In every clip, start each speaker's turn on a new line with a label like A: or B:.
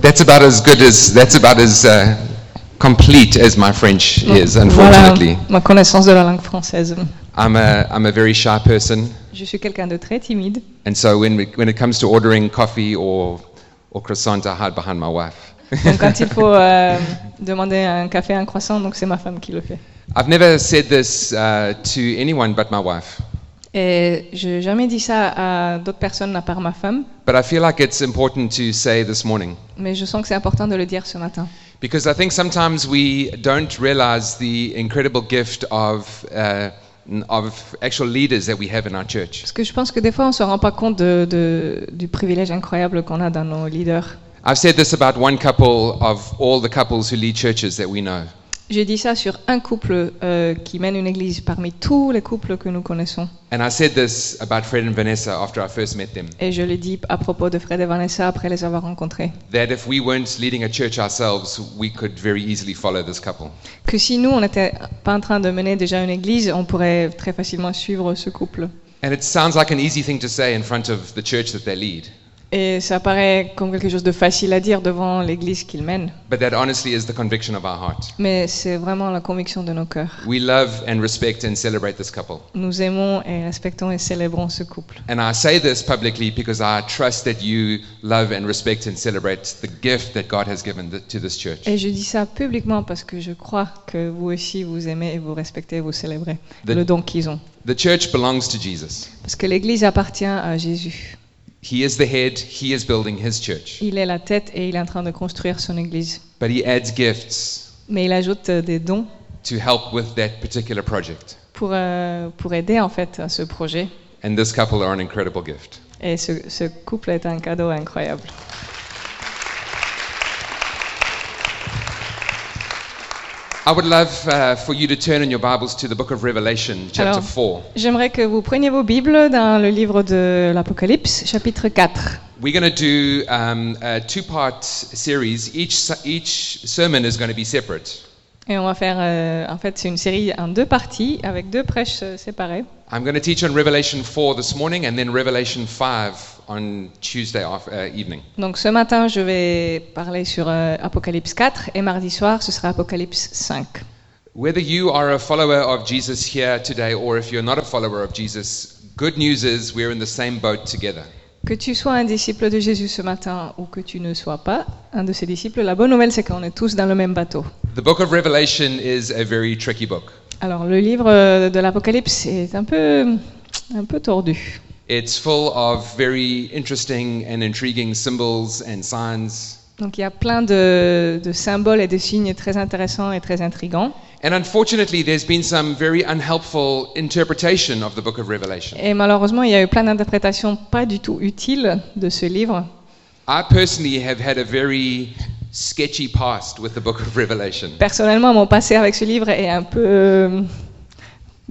A: That's about as good as, that's about as uh, complete as my French
B: Mm.
A: is,
B: Voilà
A: unfortunately.
B: ma connaissance de la langue française.
A: I'm, a, I'm a very shy person,
B: Je suis quelqu'un de très timide,
A: and so when, we, when it comes to ordering coffee or, or croissant, I hide behind my wife.
B: donc quand il faut euh, demander un café, un croissant, donc c'est ma femme qui le fait.
A: I've never said this uh, to anyone but my wife,
B: Et je n'ai jamais dit ça à d'autres personnes à part ma femme,
A: but I feel like it's important to say this morning
B: mais je sens que c'est important de le dire ce matin.
A: because I think sometimes we don't realize the incredible gift of, uh, n- of actual leaders that we have in our church.
B: Parce que je pense que des fois, on ne se rend pas compte de- de- du privilège incroyable qu'on a dans nos leaders.
A: I've said this about one couple of all the couples who lead churches that we know.
B: J'ai dit ça sur un couple euh, qui mène une église parmi tous les couples que nous connaissons.
A: And I said this about Fred and Vanessa after I first met them
B: Et je l'ai dit à propos de Fred et Vanessa après les avoir rencontrés.
A: that if we weren't leading a church ourselves, we could very easily follow this couple.
B: Que si nous, on n'était pas en train de mener déjà une église, on pourrait très facilement suivre ce couple.
A: And it sounds like an easy thing to say in front of the church that they lead,
B: Et ça paraît comme quelque chose de facile à dire devant l'église qu'ils mènent.
A: but that honestly is the conviction of our heart.
B: Mais c'est vraiment la conviction de nos cœurs.
A: We love and respect and celebrate this couple.
B: Nous aimons et respectons et célébrons ce couple.
A: And I say this publicly because I trust that you love and respect and celebrate the gift that God has given th- to this church.
B: Et je dis ça publiquement parce que je crois que vous aussi, vous aimez et vous respectez et vous célébrez
A: The-
B: le don qu'ils ont.
A: The church belongs to Jesus.
B: Parce que l'église appartient à Jésus.
A: He is the head, He is building His church.
B: Il est la tête et il est en train de construire son église.
A: But He adds gifts
B: Mais il ajoute euh, des dons
A: to help with that particular project.
B: pour, euh, pour aider en fait à ce projet.
A: And this couple are an incredible gift.
B: Et ce, ce couple est un cadeau incroyable.
A: I would love uh, for you to turn in your Bibles to the book of Revelation, chapter
B: Alors.
A: 4.
B: J'aimerais que vous preniez vos Bibles dans le livre de l'Apocalypse, chapitre 4.
A: We're going to do um, a two part series. Each, s- each sermon is going to be separate.
B: Et on va faire, euh, en fait, c'est une série en deux parties avec deux prêches euh, séparées.
A: I'm going to teach on Revelation 4 this morning and then Revelation 5 on Tuesday off, uh, evening.
B: Donc ce matin, je vais parler sur euh, Apocalypse 4 et mardi soir, ce sera Apocalypse 5.
A: Whether you are a follower of Jesus here today or if you're not a follower of Jesus, good news is we're in the same boat together.
B: Que tu sois un disciple de Jésus ce matin ou que tu ne sois pas un de ses disciples, la bonne nouvelle c'est qu'on est tous dans le même bateau.
A: The book of Revelation is a very tricky book.
B: Alors le livre euh, de l'Apocalypse est un peu, un peu tordu.
A: It's full of very interesting and intriguing symbols and signs.
B: Donc il y a plein de, de symboles et de signes très intéressants et très intrigants.
A: And unfortunately, there's been some very unhelpful interpretation of the book of Revelation.
B: Et malheureusement, il y a eu plein d'interprétations pas du tout utiles de ce livre.
A: I personally have had a very sketchy past with the book of Revelation.
B: Personnellement, mon passé avec ce livre est un peu, euh,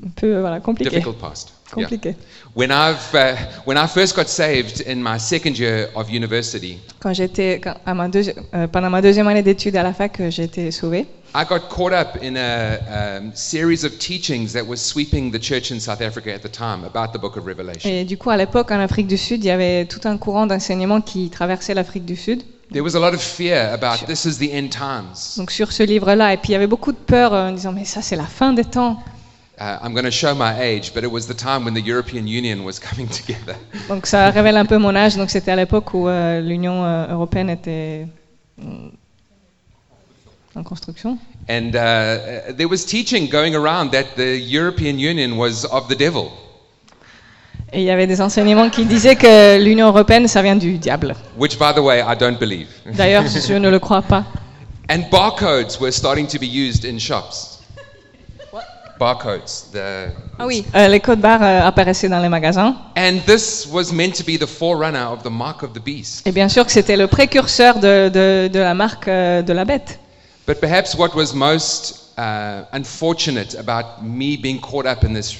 B: un peu euh, voilà, compliqué.
A: Difficult past. Yeah.
B: compliqué.
A: When, I've, uh, when I first got saved in my second year of university,
B: Quand j'étais quand- à ma deuxi- euh, pendant ma deuxième année d'études à la fac, euh, j'ai été sauvée.
A: I got caught up in a um, series of teachings that was sweeping the church in South Africa at the time about the book of Revelation.
B: Et du coup, à l'époque, en Afrique du Sud, il y avait tout un courant d'enseignement qui traversait l'Afrique du Sud.
A: There was a lot of fear about this is the end times.
B: Donc sur ce livre-là, et puis il y avait beaucoup de peur euh, en disant mais ça c'est la fin des temps.
A: Uh, I'm going to show my age, but it was the time when the European Union was coming together.
B: Donc ça révèle un peu mon âge. Donc c'était à l'époque où euh, l'Union euh, européenne était euh, en construction.
A: And uh, uh, there was teaching going around that the European Union was of the devil.
B: Et il y avait des enseignements qui disaient que l'Union européenne, ça vient du diable.
A: Which, by the way, I don't believe.
B: D'ailleurs, je ne le crois pas.
A: And barcodes were starting to be used in shops. Barcodes. The...
B: Ah oui. Euh, les codes barres euh, apparaissaient dans les magasins.
A: And this was meant to be the forerunner of the mark of the beast.
B: Et bien sûr que c'était le précurseur de, de- de la marque euh, de la bête.
A: But perhaps what was most uh, unfortunate about me being caught up in this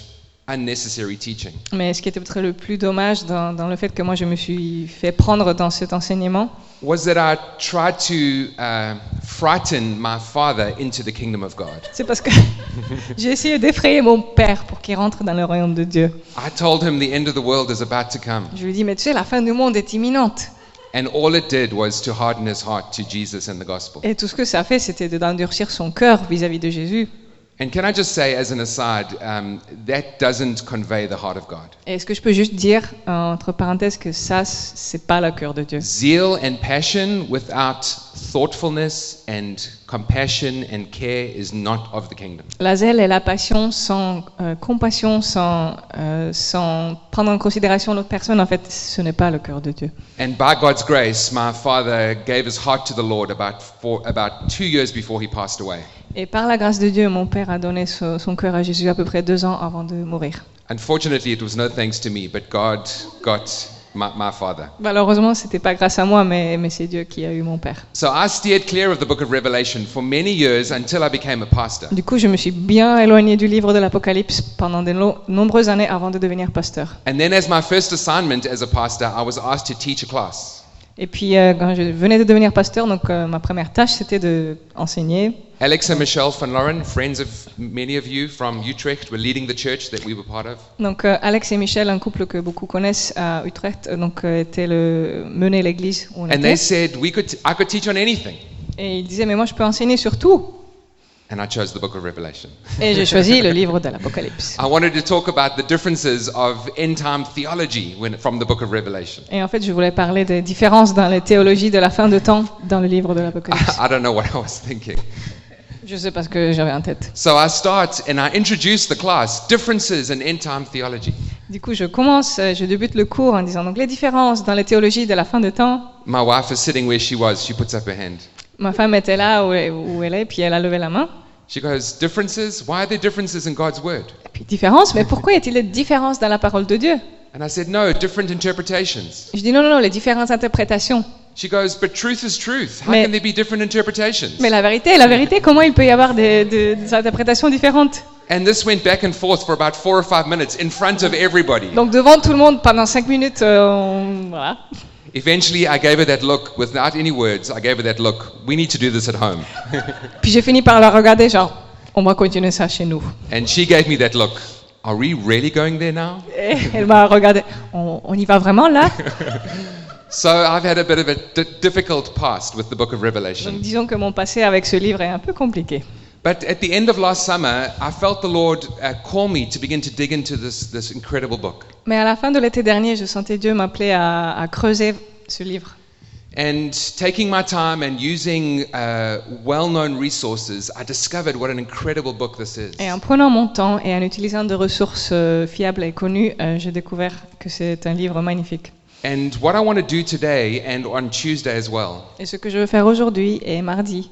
A: unnecessary teaching
B: Mais ce qui était peut-être le plus dommage dans, dans le fait que moi je me suis fait prendre dans cet enseignement,
A: was that I tried to uh, frighten my father into the kingdom of God.
B: c'est parce que j'ai essayé d'effrayer mon père pour qu'il rentre dans le royaume de Dieu.
A: I told him the end of the world is about to come.
B: Je lui dis, mais tu sais, la fin du monde est imminente.
A: And all it did was to harden his heart to Jesus and the gospel.
B: Et tout ce que ça a fait, c'était de- d'endurcir son cœur vis-à-vis de Jésus.
A: And can I just say, as an aside, um, that doesn't convey the heart of God.
B: Et est-ce que je peux juste dire, euh, entre parenthèses, que ça, c'est pas le cœur de Dieu.
A: Zeal and passion without thoughtfulness and compassion and care is not of the kingdom.
B: La zèle et la passion sans euh, compassion, sans, euh, sans prendre en considération l'autre personne, en fait, ce n'est pas le cœur de Dieu.
A: And by God's grace, my father gave his heart to the Lord about, four, about two years before he passed away.
B: Et par la grâce de Dieu, mon père a donné so- son cœur à Jésus à peu près deux ans avant de mourir.
A: Unfortunately, it was no thanks to me, but God got my, my father.
B: Malheureusement, c'était pas grâce à moi, mais, mais c'est Dieu qui a eu mon père.
A: So I steered clear of the book of Revelation for many years until I became a pastor.
B: Du coup, je me suis bien éloignée du livre de l'Apocalypse pendant de lo- nombreuses années avant de devenir pasteur.
A: And then, as my first assignment as a pastor, I was asked to teach a class.
B: Et puis, euh, quand je venais de devenir pasteur, donc euh, ma première tâche, c'était de enseigner.
A: Alex and Michelle van Lauren, friends of many of you from Utrecht, were leading the church that we were part of.
B: Donc, euh, Alex et Michel, un couple que beaucoup connaissent à Utrecht, euh, donc euh, était le mener l'église où on
A: And they
B: était.
A: said we could, I could teach on anything,
B: Et ils disaient, mais moi, je peux enseigner sur tout.
A: and I chose the Book of Revelation.
B: Et j'ai choisi le livre de l'Apocalypse.
A: I wanted to talk about the differences of end-time theology when, from the Book of Revelation.
B: Et en fait, je voulais parler des différences dans les théologies de la fin de temps dans le livre de l'Apocalypse.
A: I, don't know what I was thinking.
B: Je sais pas ce que j'avais en tête.
A: So I start and I introduce the class differences in end-time theology.
B: Du coup, je commence, euh, je débute le cours en disant donc les différences dans les théologies de la fin de temps.
A: My wife is sitting where she was. She puts up her hand.
B: Ma femme était là où, où elle est, puis elle a levé la main.
A: She goes, differences? Why are there differences in God's word?
B: Et puis différence, mais pourquoi y a-t-il des différences dans la parole de Dieu
A: And I said, no, different interpretations.
B: Je dis non, non, non, les différentes interprétations.
A: She goes, but truth is truth. How
B: Mais-
A: can there be different interpretations?
B: Mais la vérité est la vérité. Comment il peut y avoir des, des- des interprétations différentes
A: And this went back and forth for about four or five minutes in front of everybody.
B: Donc devant tout le monde, pendant cinq minutes, euh, on- voilà.
A: Eventually, I gave her that look without any words. I gave her that look. We need to do this at home.
B: Puis j'ai fini par la regarder, genre, on va continuer ça chez nous.
A: And she gave me that look. Are we really going there now?
B: Et elle m'a regardé, on, on y va vraiment là
A: So I've had a bit of a di- difficult past with the book of
B: Donc
A: Revelation.
B: disons que mon passé avec ce livre est un peu compliqué.
A: But at the end of last summer, I felt the Lord uh, call me to begin to dig into this, this incredible book.
B: Mais à la fin de l'été dernier, je sentais Dieu m'appeler à, à creuser ce livre.
A: And taking my time and using uh, well known resources, I discovered what an incredible book this is.
B: Et en prenant mon temps et en utilisant des ressources euh, fiables et connues, euh, j'ai découvert que c'est un livre magnifique.
A: And what I want to do today and on Tuesday as well
B: Et ce que je veux faire aujourd'hui et mardi,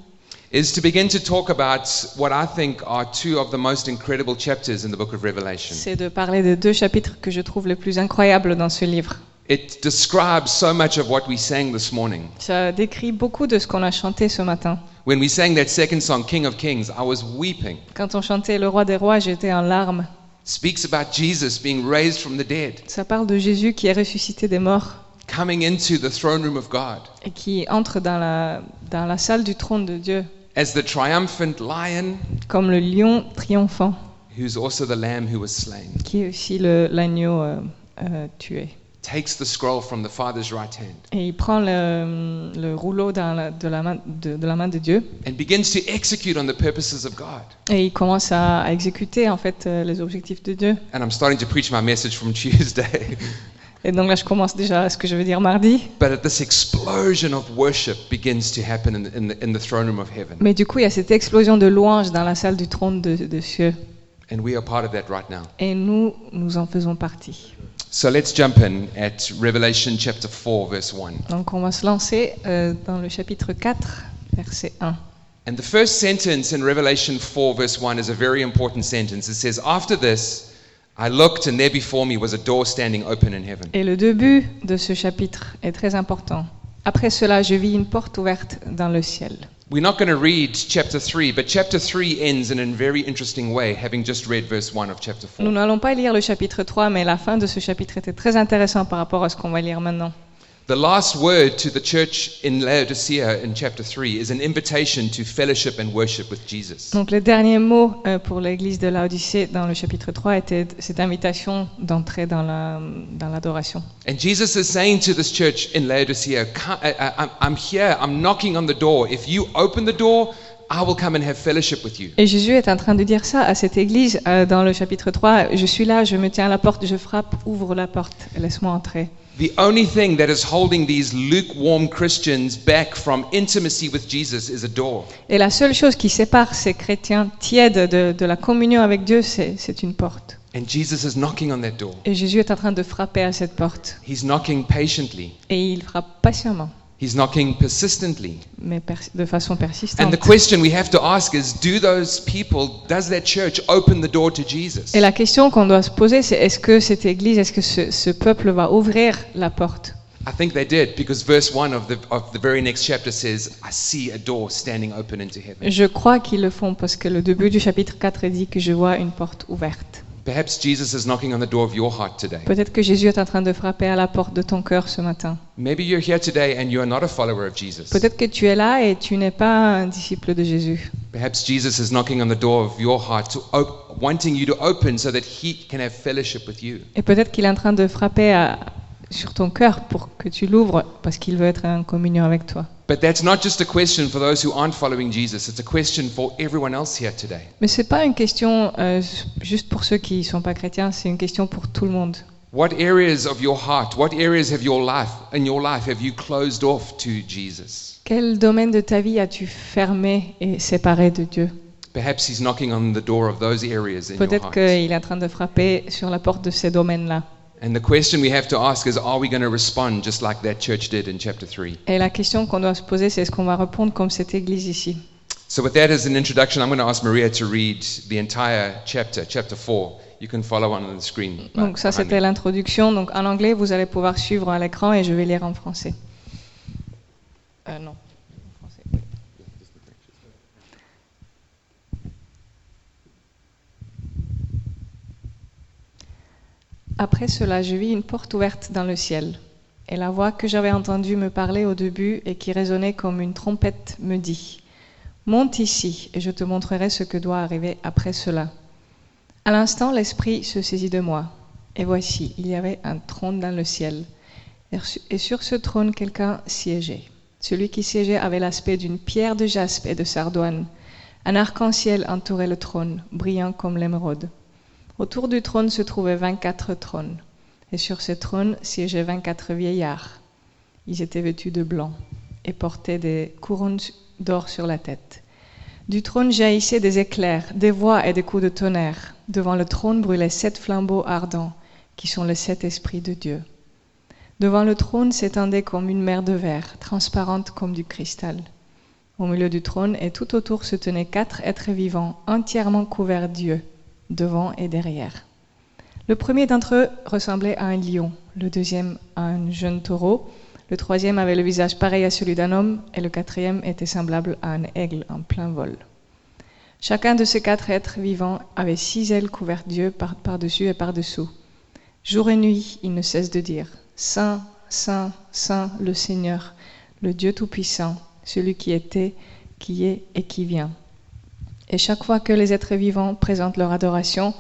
A: is to begin to talk about what I think are two of the most incredible chapters in the book of Revelation.
B: c'est de parler de deux chapitres que je trouve les plus incroyables dans ce livre.
A: It describes so much of what we sang this morning.
B: Ça décrit beaucoup de ce qu'on a chanté ce matin.
A: When we sang that second song, King of Kings, I was weeping.
B: Quand on chantait Le Roi des Rois, j'étais en larmes.
A: Speaks about Jesus being raised from the dead,
B: Ça parle de Jésus qui est ressuscité des morts
A: coming into the throne room of God
B: et qui entre dans la, dans la salle du trône de Dieu
A: as the triumphant lion
B: comme le lion triomphant
A: who's also the lamb who was slain.
B: qui est aussi le- l'agneau euh, euh, tué.
A: Takes the scroll from the Father's right hand
B: Et il prend le, le rouleau dans la- de, la main, de, de la main de Dieu
A: and begins to execute on the purposes of God.
B: et il commence à, à exécuter en fait euh, les objectifs de Dieu.
A: And I'm starting to preach my message from Tuesday.
B: Et donc là, je commence déjà à ce que je veux dire mardi.
A: but at this explosion of worship begins to happen in the, in the, in the throne room of heaven.
B: Mais du coup, il y a cette explosion de louanges dans la salle du trône de, de Dieu.
A: And we are part of that right now.
B: Et nous, nous en faisons partie.
A: So let's jump in at Revelation chapter 4, verse 1.
B: Donc on va se lancer euh, dans le chapitre 4, verset 1.
A: And the first sentence in Revelation 4, verse 1 is a very important sentence. It says, After this, I looked, and there before me was a door standing open in heaven.
B: Et le début de ce chapitre est très important. Après cela, je vis une porte ouverte dans le ciel.
A: We're not going to read chapter 3, but chapter 3 ends in a very interesting way, having just read verse 1 of chapter
B: Nous
A: 4.
B: n'allons pas lire le chapitre 3, mais la fin de ce chapitre était très intéressante par rapport à ce qu'on va lire maintenant.
A: The last word to the church in Laodicea in chapter 3 is an invitation to fellowship and worship with Jesus.
B: Donc le dernier mot euh, pour l'église de Laodicée dans le chapitre 3 était cette invitation d'entrer dans la- dans l'adoration.
A: And Jesus is saying to this church in Laodicea, "Come- I- I- I'm- I'm here, I'm knocking on the door. If you open the door, I will come and have fellowship with you.
B: Et Jésus est en train de dire ça à cette église euh, dans le chapitre 3. Je suis là, je me tiens à la porte, je frappe, ouvre la porte, laisse-moi entrer.
A: The only thing that is holding these lukewarm Christians back from intimacy with Jesus is a door.
B: Et la seule chose qui sépare ces chrétiens tièdes de, de la communion avec Dieu, c'est c'est une porte.
A: And Jesus is knocking on that door.
B: Et Jésus est en train de frapper à cette porte.
A: He's knocking patiently,
B: Et il frappe patiemment,
A: he's knocking persistently.
B: mais pers- de façon
A: And
B: persistante.
A: the question we have to ask is do those people, does that church open the door to Jesus?
B: Et la question qu'on doit se poser, c'est est-ce que cette église, est-ce que ce, ce peuple va ouvrir la porte
A: I think they did because verse 1 of the, of the very next chapter says, I see a door standing open into heaven.
B: Je crois qu'ils le font parce que le début du chapitre 4 dit que je vois une porte ouverte.
A: Perhaps Jesus is knocking on the door of your heart today.
B: Peut-être que Jésus est en train de frapper à la porte de ton cœur ce matin.
A: Maybe you're here today and you are not a follower of Jesus.
B: Peut-être que tu es là et tu n'es pas un disciple de Jésus.
A: Perhaps Jesus is knocking on the door of your heart, to op- wanting you to open so that He can have fellowship with you.
B: Et peut-être qu'il est en train de frapper à- sur ton cœur pour que tu l'ouvres parce qu'il veut être en communion avec toi.
A: But that's not just a question for those who aren't following Jesus, it's a question for everyone else here today.
B: Mais ce n'est pas une question euh, juste pour ceux qui ne sont pas chrétiens, c'est une question pour tout le monde.
A: What areas of your heart, what areas of your life, in your life, have you closed off to Jesus?
B: Quel domaine de ta vie as-tu fermé et séparé de Dieu
A: Perhaps He's knocking on the door of those areas in your
B: Peut-être
A: heart.
B: qu'il est en train de frapper sur la porte de ces domaines-là.
A: And the question we have to ask is are we going to respond just like that church did in chapter 3?
B: Et la question qu'on doit se poser, c'est est-ce qu'on va répondre comme cette église ici
A: So, with that as an introduction, I'm going to ask Maria to read the entire chapter, chapter 4. You can follow on the screen.
B: Donc ça,
A: behind me.
B: c'était l'introduction. Donc en anglais, vous allez pouvoir suivre à l'écran et je vais lire en français. Euh, non. En français, oui. Après cela, je vis une porte ouverte dans le ciel. Et la voix que j'avais entendue me parler au début et qui résonnait comme une trompette me dit, Monte ici et je te montrerai ce que doit arriver après cela. À l'instant, l'esprit se saisit de moi. Et voici, il y avait un trône dans le ciel. Et su- Et sur ce trône, quelqu'un siégeait. Celui qui siégeait avait l'aspect d'une pierre de jaspe et de sardoine. Un arc-en-ciel entourait le trône, brillant comme l'émeraude. Autour du trône se trouvaient 24 trônes. Et sur ces trônes siégeaient 24 vieillards. Ils étaient vêtus de blanc et portaient des couronnes d'or sur la tête. Du trône jaillissaient des éclairs, des voix et des coups de tonnerre. Devant le trône brûlaient sept flambeaux ardents, qui sont les sept esprits de Dieu. Devant le trône s'étendait comme une mer de verre, transparente comme du cristal. Au milieu du trône et tout autour se tenaient quatre êtres vivants, entièrement couverts d'yeux, devant et derrière. Le premier d'entre eux ressemblait à un lion, le deuxième à un jeune taureau, le troisième avait le visage pareil à celui d'un homme, et le quatrième était semblable à un aigle en plein vol. Chacun de ces quatre êtres vivants avait six ailes couvertes d'yeux par- par-dessus et par-dessous. Jour et nuit, ils ne cessent de dire Saint, Saint, Saint, le Seigneur, le Dieu Tout-Puissant, celui qui était, qui est et qui vient. Et chaque fois que les êtres vivants présentent leur adoration,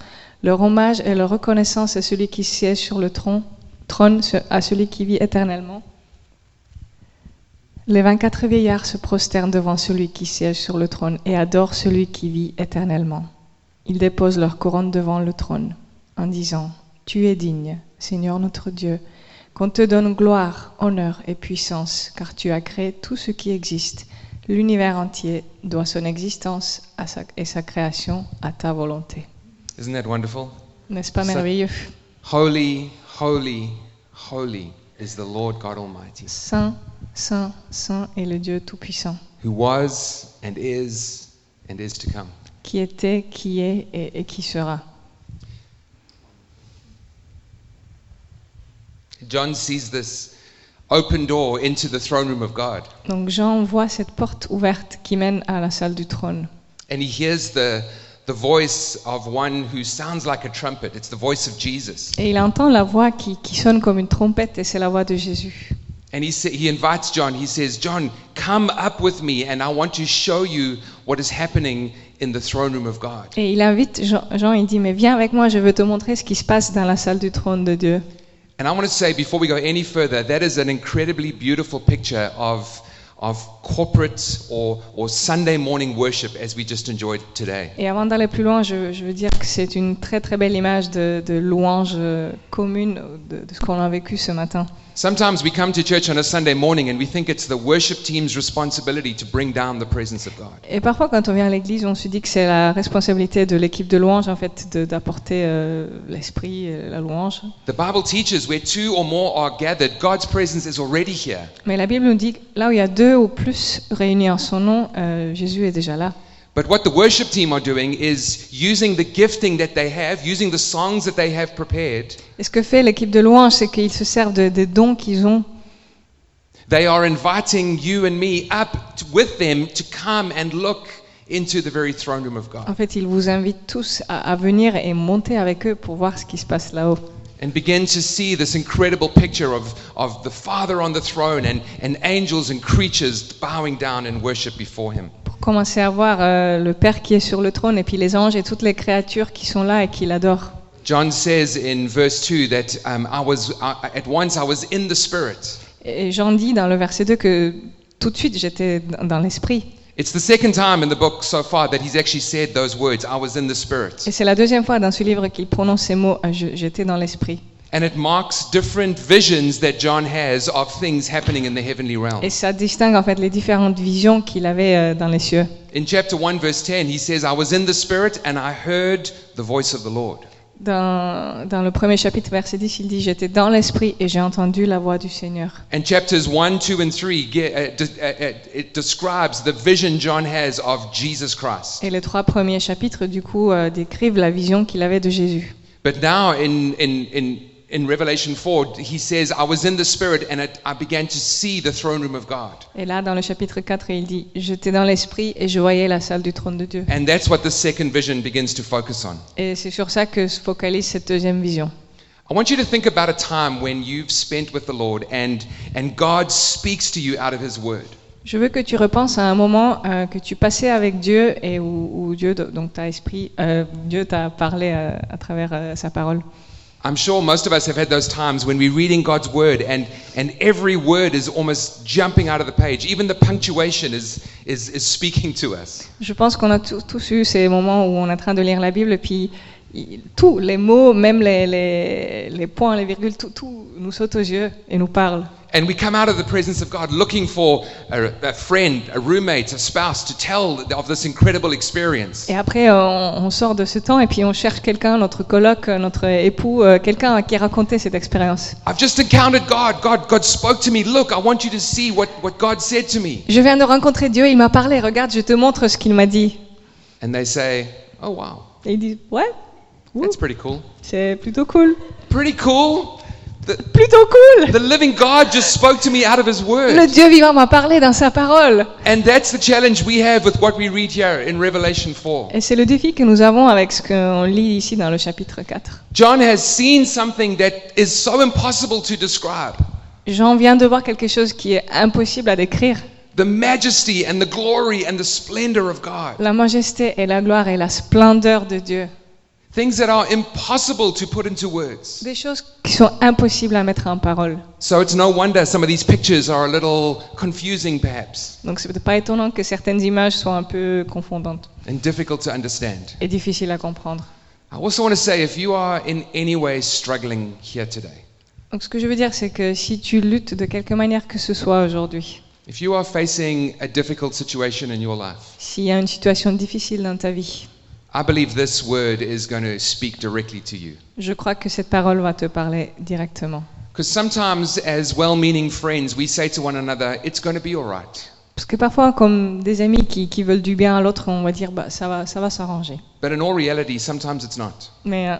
B: leur hommage et leur reconnaissance à celui qui siège sur le tron- trône, ce- à celui qui vit éternellement, les 24 vieillards se prosternent devant celui qui siège sur le trône et adorent celui qui vit éternellement. Ils déposent leur couronne devant le trône en disant Tu es digne, Seigneur notre Dieu, qu'on te donne gloire, honneur et puissance, car tu as créé tout ce qui existe. L'univers entier doit son existence à sa- et sa création à ta volonté.
A: Isn't that wonderful?
B: N'est-ce pas
A: Ça-
B: merveilleux
A: Holy, holy, holy is the Lord God Almighty,
B: Saint, Saint, Saint est le Dieu Tout-Puissant,
A: who was and is and is to come.
B: qui était, qui est et- et qui sera.
A: John sees this open door into the throne room of God,
B: Donc Jean voit cette porte ouverte qui mène à la salle du trône.
A: and he hears the, the voice of one who sounds like a trumpet. It's the voice of Jesus.
B: Et il entend la voix qui, qui sonne comme une trompette, et c'est la voix de Jésus.
A: And he, sa- he invites John. He says, John, come up with me, and I want to show you what is happening in the throne room of God.
B: Et il invite Jean, Jean, il dit, mais viens avec moi, je veux te montrer ce qui se passe dans la salle du trône de Dieu.
A: And I want to say, before we go any further, that is an incredibly beautiful picture of, of corporate or, or Sunday morning worship as we just enjoyed today.
B: Et avant d'aller plus loin, je, je veux dire que c'est une très très belle image de, de louange euh, commune de, de ce qu'on a vécu ce matin.
A: Sometimes we come to church on a Sunday morning and we think it's the worship team's responsibility to bring down the presence of God.
B: Et parfois, quand on vient à l'église, on se dit que c'est la responsabilité de l'équipe de louange, en fait, de- d'apporter euh, l'esprit, euh, la louange.
A: The Bible teaches where two or more are gathered, God's presence is already here.
B: Mais la Bible nous dit, que là où il y a deux ou plus réunis en son nom, euh, Jésus est déjà là.
A: But what the worship team are doing is using the gifting that they have, using the songs that they have prepared.
B: Et ce que fait l'équipe de louange, c'est qu'ils se servent de- des dons qu'ils ont.
A: They are inviting you and me up t- with them to come and look into the very throne room of
B: En
A: God
B: fait, ils vous invitent tous à, à venir et monter avec eux pour voir ce qui se passe là-haut.
A: and begin to see this incredible picture of, of the Father on the throne and, and angels and creatures bowing down and worship before him.
B: Pour commencer à voir euh, le Père qui est sur le trône et puis les anges et toutes les créatures qui sont là et qui l'adorent.
A: John says in verse 2 that um, I was, I at once I was in the Spirit.
B: Et Jean dit dans le verset 2 que tout de suite j'étais dans dans l'esprit.
A: It's the second time in the book so far that he's actually said those words, I was in the Spirit.
B: Et c'est la deuxième fois dans ce livre qu'il prononce ces mots, euh, je- j'étais dans l'esprit.
A: And it marks different visions that John has of things happening in the heavenly realm.
B: Et ça distingue en fait les différentes visions qu'il avait euh, dans les cieux.
A: In chapter 1, verse 10, he says, I was in the Spirit and I heard the voice of the Lord.
B: Dans, dans le premier chapitre, verset 10, il dit J'étais dans l'esprit et j'ai entendu la voix du Seigneur.
A: And chapters 1, 2, and 3, ge- uh, de- uh, uh, it describes the vision John has of Jesus Christ.
B: Et les trois premiers chapitres, du coup, euh, décrivent la vision qu'il avait de Jésus.
A: But now in, in, in, in Revelation 4, he says, I was in the Spirit and it, I began to see the throne room of God.
B: Et là, dans le chapitre 4, il dit J'étais dans l'esprit et je voyais la salle du trône de Dieu.
A: And that's what the second vision begins to focus on.
B: Et c'est sur ça que se focalise cette deuxième vision.
A: I want you to think about a time when you've spent with the Lord and, and God speaks to you out of His Word.
B: Je veux que tu repenses à un moment euh, que tu passais avec Dieu et où, où Dieu, donc ta esprit, euh, Dieu t'a parlé euh, à travers euh, sa parole.
A: I'm sure most of us have had those times when we're reading God's Word and, and every word is almost jumping out of the page. Even the punctuation is, is, is speaking to us.
B: Je pense qu'on a tous, tous eu ces moments où on est en train de lire la Bible et puis il- tous les mots, même les, les, les points, les virgules, tout, tout nous saute aux yeux et nous parle.
A: And we come out of the presence of God looking for a, a friend, a roommate, a spouse to tell of this incredible experience.
B: Et après, on, on sort de ce temps et puis on cherche quelqu'un, notre coloc, notre époux, euh, quelqu'un à qui raconter cette expérience.
A: I've just encountered God. God, God spoke to me. Look, I want you to see what, what God said to me.
B: Je viens de rencontrer Dieu, il m'a parlé, regarde, je te montre ce qu'il m'a dit.
A: And they say, Oh, wow,
B: Et il dit, ouais, ouh,
A: that's pretty cool.
B: c'est plutôt cool.
A: Pretty cool. The,
B: Plutôt cool
A: the living God just spoke to me out of his
B: Le
A: word.
B: Dieu vivant m'a parlé dans sa parole.
A: And that's the challenge we have with what we read here in Revelation 4.
B: Et c'est le défi que nous avons avec ce qu'on lit ici dans le chapitre 4.
A: John has seen something that is so impossible to describe
B: Jean vient de voir quelque chose qui est impossible à décrire.
A: the majesty and the glory and the splendor of God.
B: La majesté et la gloire et la splendeur de Dieu.
A: Things that are impossible to put into words.
B: Des choses qui sont impossibles à mettre en parole.
A: So it's no wonder some of these pictures are a little confusing, perhaps,
B: Donc c'est peut-être pas étonnant que certaines images soient un peu confondantes
A: and difficult to understand.
B: et difficiles à comprendre.
A: I also want to say if you are in any way struggling here today,
B: Donc ce que je veux dire, c'est que si tu luttes de quelque manière que ce soit aujourd'hui,
A: If you are facing a difficult situation in your life,
B: s'il y a une situation difficile dans ta vie,
A: I believe this word is going to speak directly to you.
B: je crois que cette parole va te parler directement.
A: Because sometimes, as well meaning friends, we say to one another, it's going to be all right.
B: Parce que parfois, comme des amis qui, qui veulent du bien à l'autre, on va dire bah, ça va, ça va s'arranger.
A: But in all reality, sometimes it's not
B: Mais euh,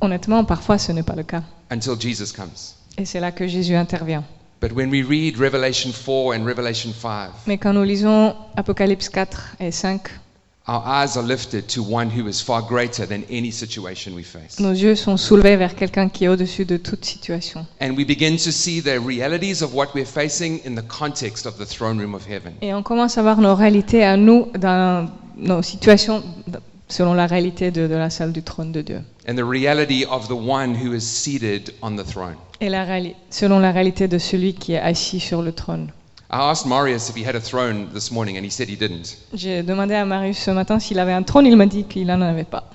B: honnêtement, parfois, ce n'est pas le cas.
A: until Jesus comes.
B: Et c'est là que Jésus intervient.
A: But when we read Revelation 4 and Revelation 5,
B: Mais quand nous lisons Apocalypse 4 et 5,
A: Our eyes are lifted to one who is far greater than any situation we face.
B: Nos yeux sont soulevés vers quelqu'un qui est au-dessus de toute situation.
A: And we begin to see the realities of what we're facing in the context of the throne room of heaven.
B: Et on commence à voir nos réalités à nous, dans nos situations, selon la réalité de, de la salle du trône de Dieu.
A: and the reality of the one who is seated on the throne.
B: Et la réali- selon la réalité de celui qui est assis sur le trône.
A: I asked Marius if he had a throne this morning, and he said he didn't.
B: J'ai demandé à Marius ce matin s'il avait un trône, il m'a dit qu'il n'en avait pas.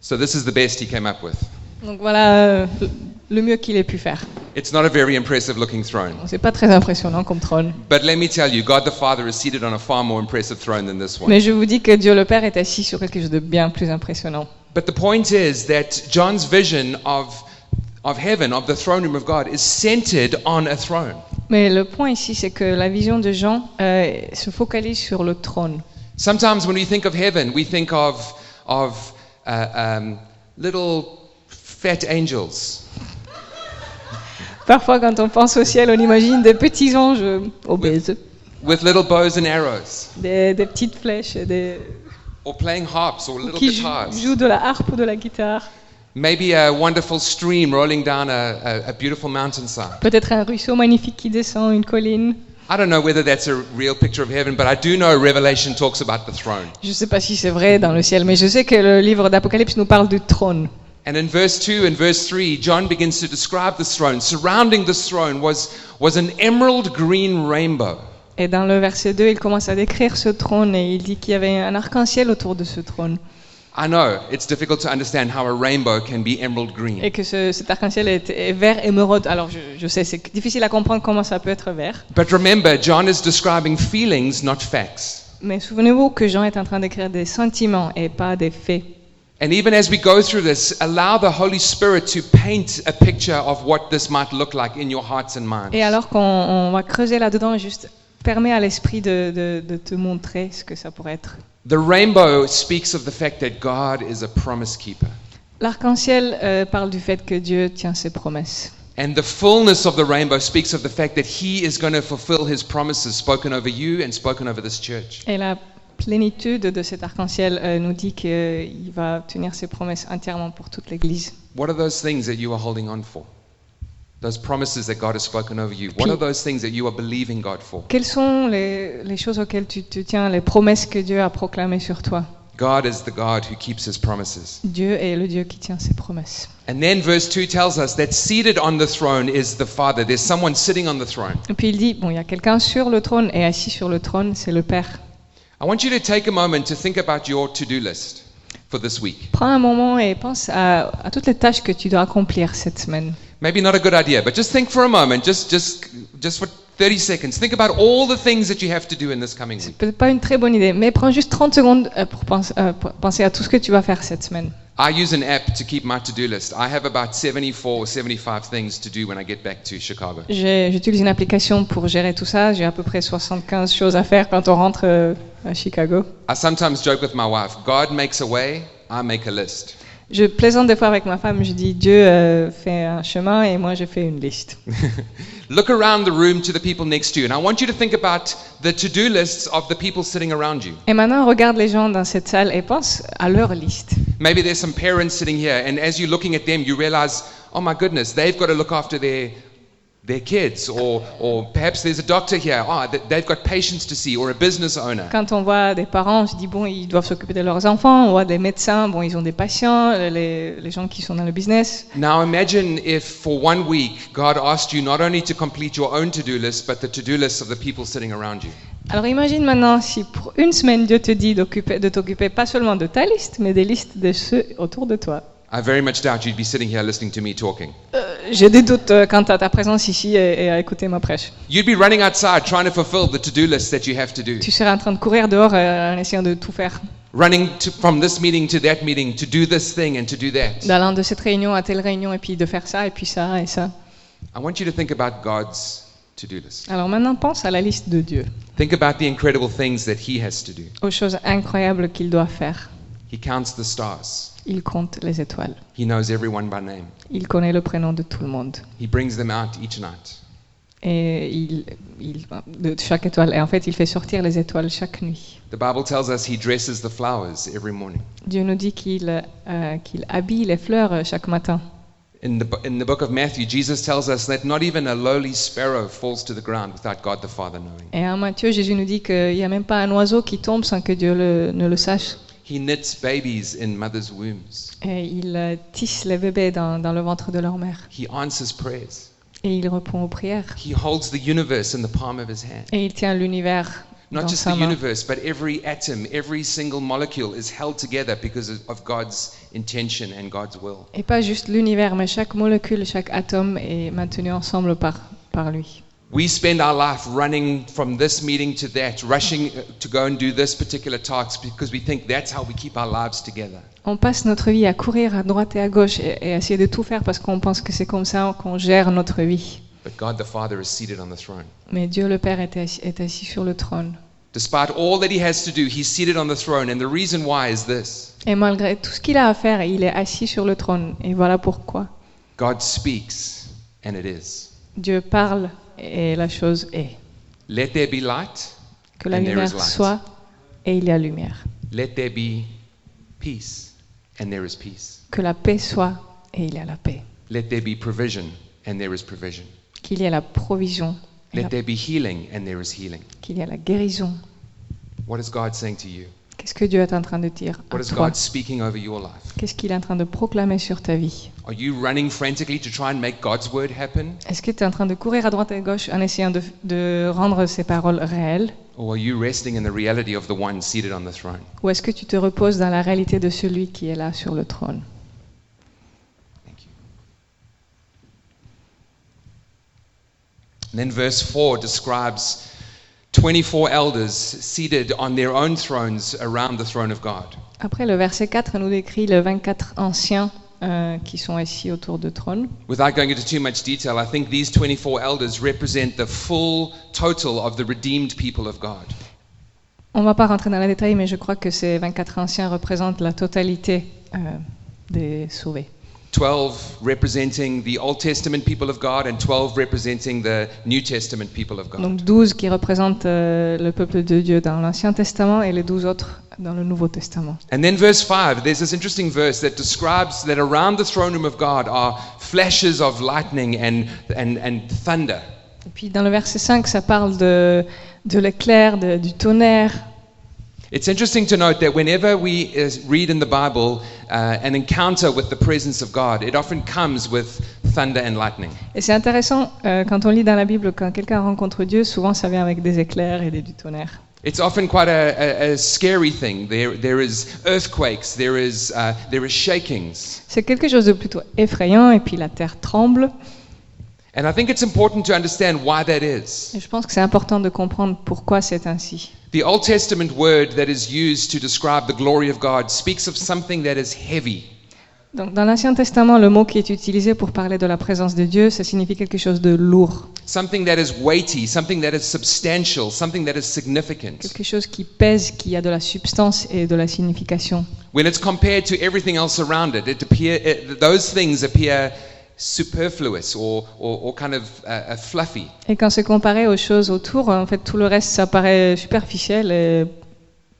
A: So this is the best he came up with.
B: Donc voilà euh, le mieux qu'il ait pu faire.
A: It's not a very impressive looking throne.
B: C'est pas très impressionnant comme trône.
A: But let me tell you, God the Father is seated on a far more impressive throne than this one.
B: Mais je vous dis que Dieu le Père est assis sur quelque chose de bien plus impressionnant.
A: But the point is that John's vision of, of heaven, of the throne room of God, is centered on a throne.
B: Mais le point ici, c'est que la vision de Jean euh, se focalise sur le trône.
A: Sometimes when we think of heaven, we think of, of uh, um, little fat angels.
B: Parfois, quand on pense au ciel, on imagine des petits anges obèses,
A: with little bows and arrows,
B: des, des petites flèches, et des,
A: or playing harps or little
B: qui jou-
A: guitars.
B: jouent de la harpe ou de la guitare.
A: Maybe a wonderful stream rolling down a, a, a beautiful mountainside.
B: Peut-être un ruisseau magnifique qui descend une colline.
A: I don't know whether that's a real picture of heaven, but I do know Revelation talks about the throne.
B: Je ne sais pas si c'est vrai dans le ciel, mais je sais que le livre d'Apocalypse nous parle du trône.
A: And in verse 2 and verse 3, John begins to describe this throne. Surrounding this throne was, was an emerald green rainbow.
B: Et dans le verset 2, il commence à décrire ce trône et il dit qu'il y avait un arc-en-ciel autour de ce trône
A: I know it's difficult to understand how a rainbow can be emerald green,
B: et que ce- cet arc-en-ciel est, est vert émeraude. Alors je, je sais, c'est difficile à comprendre comment ça peut être vert,
A: but remember, John is describing feelings, not facts.
B: mais souvenez-vous que Jean est en train d'écrire des sentiments et pas des faits.
A: And even as we go through this, allow the Holy Spirit to paint a picture of what this might look like in your hearts and minds.
B: Et alors qu'on on va creuser là-dedans, juste permet à l'esprit de, de- de te montrer ce que ça pourrait être.
A: The rainbow speaks of the fact that God is a promise keeper.
B: L'arc-en-ciel euh, parle du fait que Dieu tient ses promesses.
A: And the fullness of the rainbow speaks of the fact that He is going to fulfill His promises spoken over you and spoken over this church.
B: Et la plénitude de cet arc-en-ciel euh, nous dit qu'il va tenir ses promesses entièrement pour toute l'Église.
A: What are those things that you are holding on for? Those promises that God has spoken over you. What
B: Puis-
A: are those things that you are believing God for?
B: Quelles sont les, les choses auxquelles tu te tiens, les promesses que Dieu a proclamées sur toi
A: God is the God who keeps His promises.
B: Dieu est le Dieu qui tient ses promesses.
A: And then verse 2 tells us that seated on the throne is the Father. There's someone sitting on the throne.
B: Et puis il dit, bon, il y a quelqu'un sur le trône et assis sur le trône, c'est le Père.
A: I want you to take a moment to think about your to do list for this week.
B: Prends un moment et pense à, à toutes les tâches que tu dois accomplir cette semaine.
A: Maybe not a good idea, but just think for a moment, just, just, just for 30 seconds. Think about all the things that you have to do in this coming week.
B: C'est peut-être pas une très bonne idée, mais prends juste 30 secondes euh, pour pense- euh, pour penser à tout ce que tu vas faire cette semaine.
A: I use an app to keep my to do list. I have about 74 or 75 things to do when I get back to Chicago.
B: J'ai- J'utilise une application pour gérer tout ça. J'ai à peu près 75 choses à faire quand on rentre euh, à Chicago.
A: I sometimes joke with my wife God makes a way, I make a list.
B: Je plaisante des fois avec ma femme. Je dis Dieu euh, fait un chemin et moi je fais une liste.
A: Look around the room to the people next to you, and I want you to think about the to do lists of the people sitting around you.
B: Et maintenant, regarde les gens dans cette salle et pense à leur liste.
A: Maybe there's some parents sitting here, and as you're looking at them, you realize, oh my goodness, they've got to look after their, their kids. Or, or perhaps there's a doctor here, ah, th- they've got patients to see, or a business owner.
B: Quand on voit des parents, on se dit bon, ils doivent s'occuper de leurs enfants. On voit des médecins, bon, ils ont des patients, les, les gens qui sont dans le business.
A: Now imagine if for one week God asked you not only to complete your own to do list, but the to do list of the people sitting around you.
B: Alors imagine maintenant si pour une semaine Dieu te dit d'occuper- de t'occuper pas seulement de ta liste, mais des listes de ceux autour de toi.
A: I very much doubt you'd be sitting here listening to me talking.
B: J'ai des doutes euh, quant à ta présence ici et, et à écouter ma prêche.
A: You'd be running outside trying to fulfill the to do list that you have to do.
B: Tu seras en train de courir dehors euh, en essayant de tout faire,
A: Running to, from this meeting to that meeting to do this thing and to do that.
B: d'allant de cette réunion à telle réunion et puis de faire ça et puis ça et ça.
A: I want you to think about God's to do list.
B: Alors maintenant, pense à la liste de Dieu,
A: Think about the incredible things that He has to do.
B: aux choses incroyables qu'il doit faire.
A: He counts the stars,
B: Il compte les étoiles.
A: He knows everyone by name,
B: Il connaît le prénom de tout le monde.
A: He brings them out each night.
B: Et il, il- de chaque étoile. Et en fait, il fait sortir les étoiles chaque nuit.
A: The Bible tells us he dresses the flowers every morning.
B: Dieu nous dit qu'il euh, qu'il habille les fleurs euh, chaque matin.
A: In the, bu- in the book of Matthew, Jesus tells us that not even a lowly sparrow falls to the ground without God the Father knowing.
B: Et en Matthieu, Jésus nous dit qu'il n'y a même pas un oiseau qui tombe sans que Dieu le- ne le sache.
A: He knits babies in mothers' wombs.
B: Et il euh, tisse les bébés dans, dans le ventre de leur mère.
A: He answers prayers.
B: Et il répond aux prières.
A: He holds the universe in the palm of his hand.
B: Et il tient l'univers dans
A: Not just
B: sa
A: the
B: main.
A: universe, but every atom, every single molecule is held together because of- of God's intention and God's will.
B: Et pas juste l'univers, mais chaque molécule, chaque atome est maintenu ensemble par, par lui.
A: We spend our life running from this meeting to that, rushing uh, to go and do this particular task because we think that's how we keep our lives together.
B: On passe notre vie à courir à droite et à gauche et, et à essayer de tout faire parce qu'on pense que c'est comme ça qu'on gère notre vie.
A: But God the Father is seated on the throne.
B: Mais Dieu le Père est assis, est assis sur le trône.
A: Despite all that he has to do, he's seated on the throne. And the reason why is this
B: Et malgré tout ce qu'il a à faire, il est assis sur le trône. Et voilà pourquoi.
A: God speaks, and it is.
B: Dieu parle et la chose est.
A: Let there be light,
B: Que la
A: And there is
B: lumière
A: light.
B: soit et il y a lumière.
A: let there be peace, and there is peace.
B: Que la paix soit et il y a la paix.
A: Let there be provision, and there is provision.
B: Qu'il y ait la provision, et la-
A: Let there be healing, and there is healing.
B: qu'il y ait la guérison.
A: What is God saying to you?
B: Qu'est-ce que Dieu est en train de dire à
A: What is
B: toi
A: God speaking over your life?
B: Qu'est-ce qu'il est en train de proclamer sur ta vie
A: Are you running frantically to try and make God's word happen?
B: Est-ce que tu es en train de courir à droite et à gauche en essayant de, de rendre ces paroles réelles
A: Or are you resting in the reality of the one seated on the throne?
B: Ou est-ce que tu te reposes dans la réalité de celui qui est là sur le trône
A: Thank you. And then verse 4 describes 24 elders seated on their own thrones around the throne of God.
B: Après, le verset 4 nous décrit les 24 anciens euh, qui sont assis autour du trône.
A: Without going into too much detail, I think these 24 elders represent the full total of the redeemed people of God.
B: On ne va pas rentrer dans les détails, mais je crois que ces 24 anciens représentent la totalité euh, des sauvés.
A: 12 representing the Old Testament people of God, and 12 representing the New Testament people of God.
B: Donc 12 qui représentent euh, le peuple de Dieu dans l'Ancien Testament et les 12 autres dans le Nouveau Testament.
A: And then verse 5, there's this interesting verse that describes that around the throne room of God are flashes of lightning and, and, and thunder.
B: Et puis dans le verset 5, ça parle de, de l'éclair, de- du tonnerre.
A: It's interesting to note that whenever we uh, read in the Bible uh, an encounter with the presence of God, it often comes with thunder and lightning.
B: Et c'est intéressant, euh, quand on lit dans la Bible, quand quelqu'un rencontre Dieu, souvent ça vient avec des éclairs et des- du tonnerre.
A: It's often quite a, a, a scary thing. There, there is earthquakes, there is, uh, there is shakings.
B: C'est quelque chose de plutôt effrayant, et puis la terre tremble.
A: And I think it's important to understand why that is.
B: Et je pense que c'est important de comprendre pourquoi c'est ainsi.
A: The Old Testament word that is used to describe the glory of God speaks of something that is heavy.
B: Donc, dans l'Ancien Testament, le mot qui est utilisé pour parler de la présence de Dieu, ça signifie quelque chose de lourd,
A: Something that is weighty, something that is substantial, something that is significant.
B: quelque chose qui pèse, qui a de la substance et de la signification.
A: When it's compared to everything else around it, it appear, it, those things appear superfluous or, or, or kind of uh, uh, fluffy.
B: Et quand c'est comparé aux choses autour, en fait, tout le reste, ça paraît superficiel et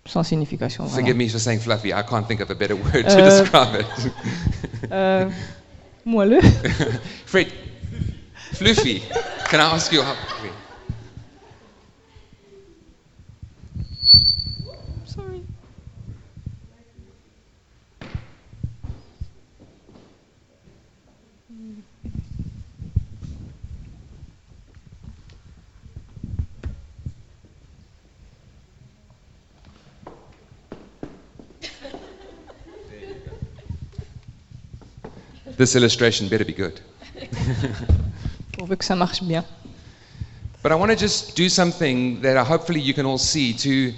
B: sans signification. vraiment.
A: Forgive me for saying fluffy, I can't think of a better word to
B: Uh-huh. Uh,
A: describe it.
B: Euh, moelleux.
A: Fred, fluffy, can I ask you how?
B: Sorry.
A: This illustration better be good.
B: On veut que ça marche bien.
A: But I want to just do something that I hopefully you can all see to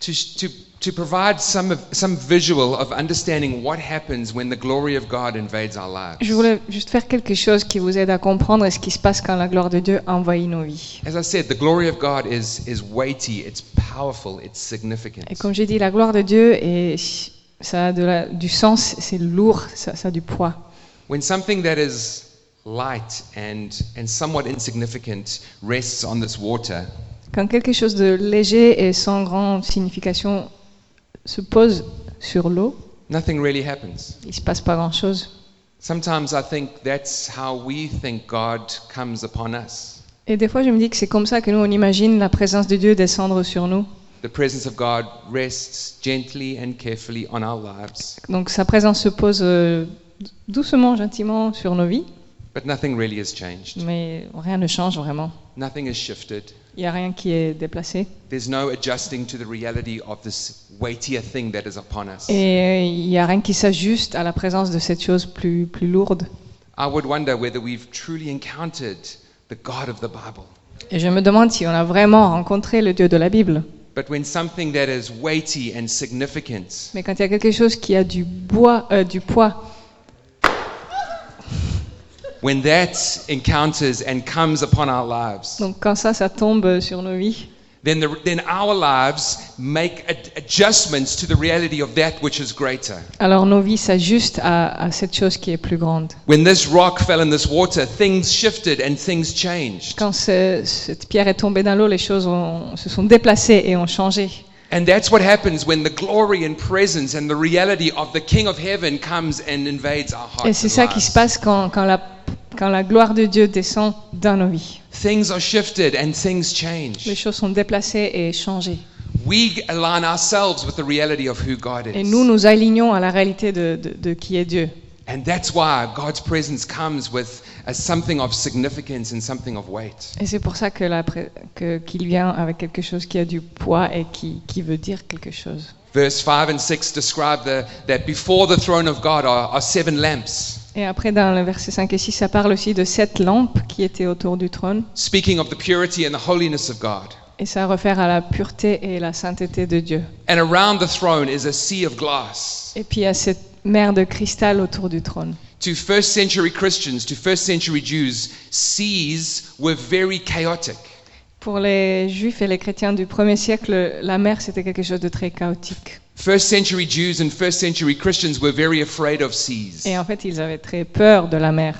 A: to to to provide some of, some visual of understanding what happens when the glory of God invades our lives.
B: Je voulais juste faire quelque chose qui vous aide à comprendre ce qui se passe quand la gloire de Dieu envahit nos vies.
A: As I said, the glory of God is is weighty, it's powerful, it's significant.
B: Et comme j'ai dit, la gloire de Dieu, est, ça a de la- du sens, c'est lourd, ça, ça a du poids.
A: When something that is light and, and somewhat insignificant rests on this water,
B: Quand quelque chose de léger et sans grande signification se pose sur l'eau,
A: nothing really happens.
B: il ne se passe pas grand-chose.
A: Sometimes I think that's how we think God comes upon us.
B: Et des fois, je me dis que c'est comme ça que nous, on imagine la présence de Dieu descendre sur nous.
A: The presence of God rests gently and carefully on our lives,
B: Donc sa présence se pose euh, doucement, gentiment sur nos vies,
A: but nothing really has changed.
B: mais rien ne change vraiment.
A: Nothing has shifted.
B: Il n'y a rien qui est déplacé.
A: There's no adjusting to the reality of this weightier thing that is upon us.
B: Et il n'y a rien qui s'ajuste à la présence de cette chose plus, plus lourde.
A: I would wonder whether we've truly encountered the God of the Bible.
B: Et je me demande si on a vraiment rencontré le Dieu de la Bible.
A: But when something that is weighty and significant,
B: Mais quand il y a quelque chose qui a du, bois, euh, du poids,
A: when that encounters and comes upon our lives,
B: donc quand ça, ça tombe sur nos vies,
A: then, the, then our lives make ad- adjustments to the reality of that which is greater.
B: alors nos vies s'ajustent à, à cette chose qui est plus grande.
A: When this rock fell in this water, things shifted and things changed.
B: Quand ce- cette pierre est tombée dans l'eau, les choses ont- se sont déplacées et ont changé.
A: And that's what happens when the glory and presence and the reality of the King of Heaven comes and invades our hearts.
B: Et c'est
A: and
B: ça qui se
A: lives.
B: passe quand, quand la, quand la gloire de Dieu descend dans nos vies.
A: Things are shifted and things
B: Les
A: change.
B: choses sont déplacées et changées.
A: We align ourselves with the reality of who God is.
B: Et nous nous alignons à la réalité de, de- de qui est Dieu.
A: And that's why God's presence comes with a something of significance and something of weight.
B: Et c'est pour ça que la pré- que- qu'il vient avec quelque chose qui a du poids et qui, qui veut dire quelque chose.
A: Verse 5 and 6 describe the, that before the throne of God are, are seven lamps,
B: Et après, dans le verset 5 et 6, ça parle aussi de sept lampes qui étaient autour du trône.
A: speaking of the purity and the holiness of God.
B: Et ça réfère à la pureté et la sainteté de Dieu.
A: And around the throne is a sea of glass.
B: Et puis, à cette mer de cristal autour du trône.
A: To first century Christians, to first century Jews, seas were very chaotic.
B: Pour les juifs et les chrétiens du premier siècle, la mer, c'était quelque chose de très chaotique.
A: First century Jews and first century Christians were very afraid of seas.
B: Et en fait, ils avaient très peur de la mer.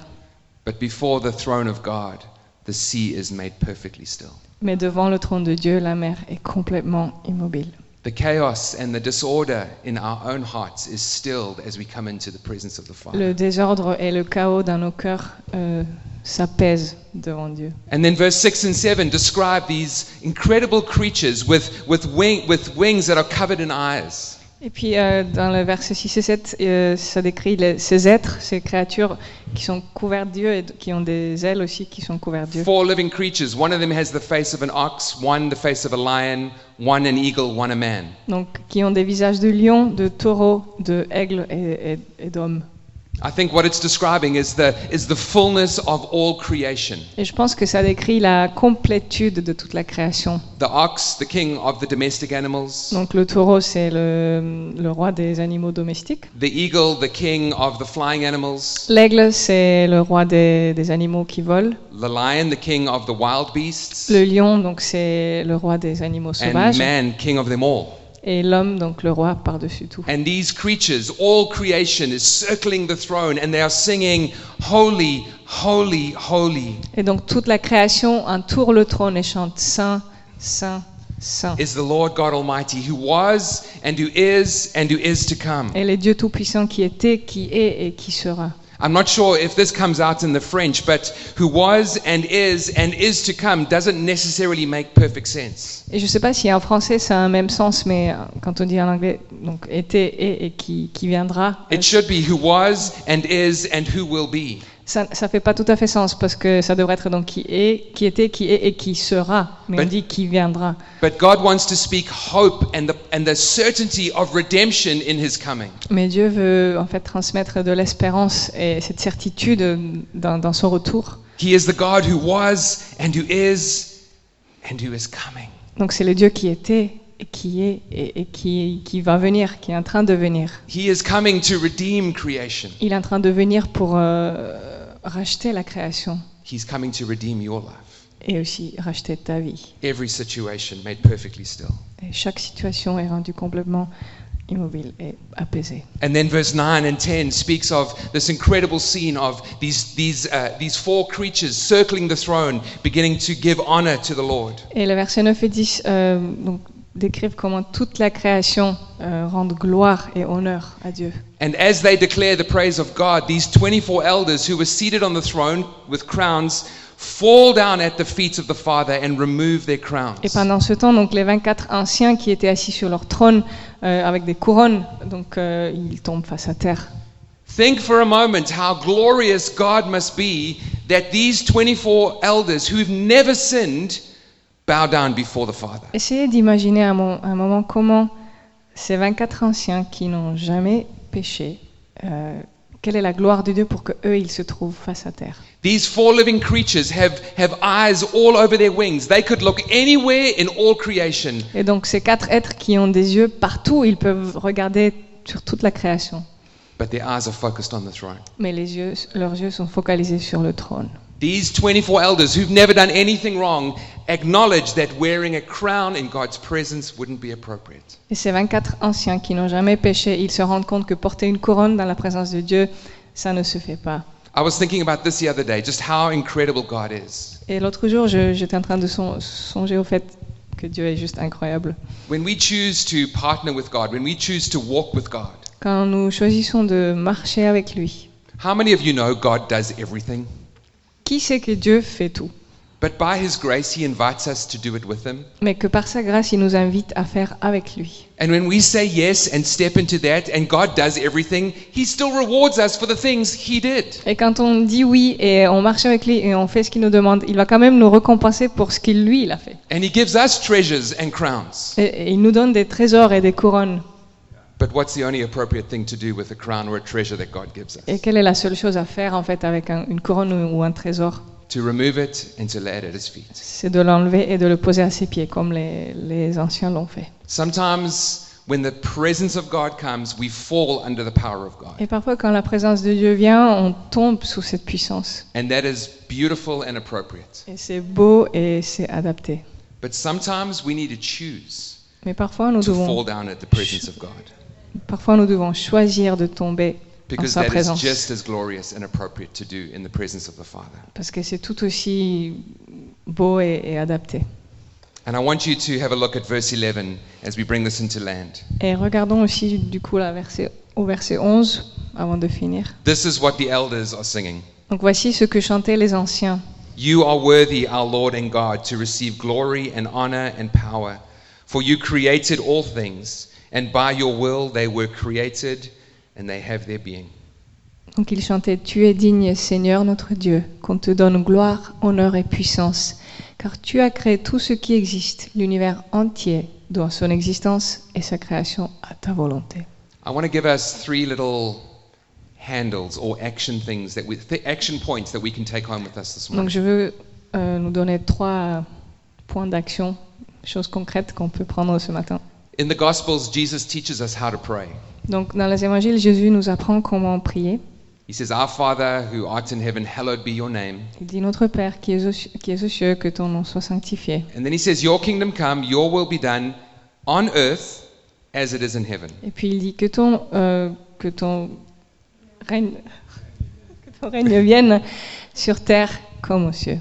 A: But before the throne of God, the sea is made perfectly still.
B: Mais devant le trône de Dieu, la mer est complètement immobile.
A: The chaos and the disorder in our own hearts is stilled as we come into the presence of the Father.
B: Le désordre et le chaos dans nos cœurs euh, s'apaisent devant Dieu.
A: And then verse 6 and 7 describe these incredible creatures with, with, wing, with wings that are covered in eyes.
B: Et puis euh, dans le verset 6 et 7, euh, ça décrit les- ces êtres, ces créatures qui sont couvertes d'yeux et d- qui ont des ailes aussi qui sont couvertes d'yeux.
A: Four living creatures. One of them has the face of an ox, one the face of a lion, one an eagle, one a man.
B: Donc qui ont des visages de lion, de taureau, de aigle et, et- et d'homme.
A: I think what it's describing is the, is the fullness of all creation.
B: Et je pense que ça décrit la complétude de toute la création.
A: The ox, the king of the domestic animals.
B: Donc le taureau, c'est le, le roi des animaux domestiques.
A: The eagle, the king of the flying animals.
B: L'aigle, c'est le roi des, des animaux qui volent.
A: The lion, the king of the wild beasts.
B: Le lion, donc c'est le roi des animaux
A: and
B: sauvages.
A: man, king of them all.
B: Et l'homme, donc le roi par-dessus tout.
A: And these creatures, all creation is circling the throne and they are singing, Holy, holy, holy
B: Et donc toute la création entoure le trône et chante Saint, Saint, Saint.
A: is the Lord God Almighty, who was and who is and who is to come.
B: Et les dieux tout-puissants qui étaient, qui est et qui sera.
A: I'm not sure if this comes out in the French, but who was and is and is to come doesn't necessarily make perfect sense.
B: Et je ne sais pas si en français ça a un même sens, mais euh, quand on dit en anglais, donc était, est et qui, qui viendra, euh,
A: It should be who was and is and who will be.
B: ça ne fait pas tout à fait sens parce que ça devrait être donc qui est, qui était, qui est et qui sera. Mais on
A: Ben-
B: dit qui viendra.
A: But God wants to speak hope and the, and the certainty of redemption in his coming.
B: Mais Dieu veut en fait transmettre de l'espérance et cette certitude dans, dans son retour.
A: He is the God who was and who is and who is coming.
B: Donc c'est le Dieu qui était, et qui est et, et qui, qui va venir, qui est en train de venir.
A: He is coming to redeem creation.
B: Il est en train de venir pour euh, racheter la création
A: He's coming to redeem your life.
B: et aussi racheter ta vie.
A: Every situation made perfectly still.
B: Et chaque situation est rendue complètement immobile et apaisé.
A: And then verse 9 and 10 speaks of this incredible scene of these, these, uh, these four creatures circling the throne, beginning to give honor to the Lord.
B: Et les versets 9 et 10 euh, donc, décrivent comment toute la création euh, rend gloire et honneur à Dieu.
A: And as they declare the praise of God, these 24 elders who were seated on the throne with crowns fall down at the feet of the Father and remove their
B: Et
A: crowns.
B: pendant ce temps, donc, les 24 anciens qui étaient assis sur leur trône euh, avec des couronnes, donc, euh, ils tombent face à terre.
A: Think for a moment how glorious God must be that these 24 elders who've never sinned bow down before the Father.
B: Essayez d'imaginer un, mo- un moment comment ces 24 anciens qui n'ont jamais péché, euh, quelle est la gloire de Dieu pour que eux ils se trouvent face à terre.
A: These four living creatures have, have eyes all over their wings. They could look anywhere in all creation.
B: Et donc ces quatre êtres qui ont des yeux partout, ils peuvent regarder sur toute la création,
A: but their eyes are focused on the throne.
B: mais les yeux, leurs yeux sont focalisés sur le trône.
A: These 24 elders who've never done anything wrong acknowledge that wearing a crown in God's presence wouldn't be appropriate.
B: Et ces 24 anciens qui n'ont jamais péché, ils se rendent compte que porter une couronne dans la présence de Dieu, ça ne se fait pas.
A: I was thinking about this the other day, just how incredible God is.
B: Et l'autre jour, je- j'étais en train de son- songer au fait que Dieu est juste incroyable.
A: When we choose to partner with God, when we choose to walk with God,
B: Quand nous choisissons de marcher avec lui,
A: how many of you know God does everything?
B: qui sait que Dieu fait tout,
A: But by His grace, He invites us to do it with Him.
B: mais que par sa grâce, il nous invite à faire avec lui.
A: And when we say yes and step into that, and God does everything, He still rewards us for the things He did.
B: Et quand on dit oui et on marche avec lui et on fait ce qu'il nous demande, il va quand même nous récompenser pour ce qu'il lui il a fait.
A: And He gives us treasures and crowns.
B: Et, et il nous donne des trésors et des couronnes.
A: But what's the only appropriate thing to do with a crown or a treasure that God gives us?
B: Et quelle est la seule chose à faire en fait avec un- une couronne ou, ou un trésor
A: To remove it and to lay it at His feet.
B: C'est de l'enlever et de le poser à ses pieds, comme les, les anciens l'ont fait.
A: Sometimes when the presence of God comes, we fall under the power of God.
B: Et parfois, quand la présence de Dieu vient, on tombe sous cette puissance.
A: And that is beautiful and appropriate.
B: Et c'est beau et c'est adapté.
A: But sometimes we need to choose
B: Mais parfois nous,
A: to fall
B: devons,
A: down at the presence of God
B: parfois, nous devons choisir de tomber en
A: because
B: sa
A: that is
B: présence.
A: just as glorious and appropriate to do in the presence of the Father.
B: Parce que c'est tout aussi beau et, et adapté.
A: And I want you to have a look at verse 11 as we bring this into land.
B: Et regardons aussi, du coup, la verset, au verset 11, avant de finir.
A: This is what the elders are singing.
B: Donc voici ce que chantaient les anciens.
A: You are worthy, our Lord and God, to receive glory and honor and power, for you created all things, and by your will they were created and they have their being.
B: Donc ils chantaient Tu es digne, Seigneur notre Dieu, qu'on te donne gloire, honneur et puissance, car tu as créé tout ce qui existe, l'univers entier, dans son existence et sa création à ta volonté.
A: I want to give us three little handles or action things that we th- action points that we can take home with us this
B: Donc
A: morning.
B: je veux euh, nous donner trois points d'action, choses concrètes qu'on peut prendre ce matin.
A: In the gospels Jesus teaches us how to pray.
B: Donc dans les évangiles, Jésus nous apprend comment prier.
A: He says, "Our Father who art in heaven, hallowed be your name."
B: Il dit Notre Père qui es aux, cieux- qui es aux cieux, que ton nom soit sanctifié.
A: And then he says, "Your kingdom come, your will be done on earth as it is in heaven."
B: Et puis il dit que ton euh, que ton règne que ton règne vienne sur terre comme aux cieux.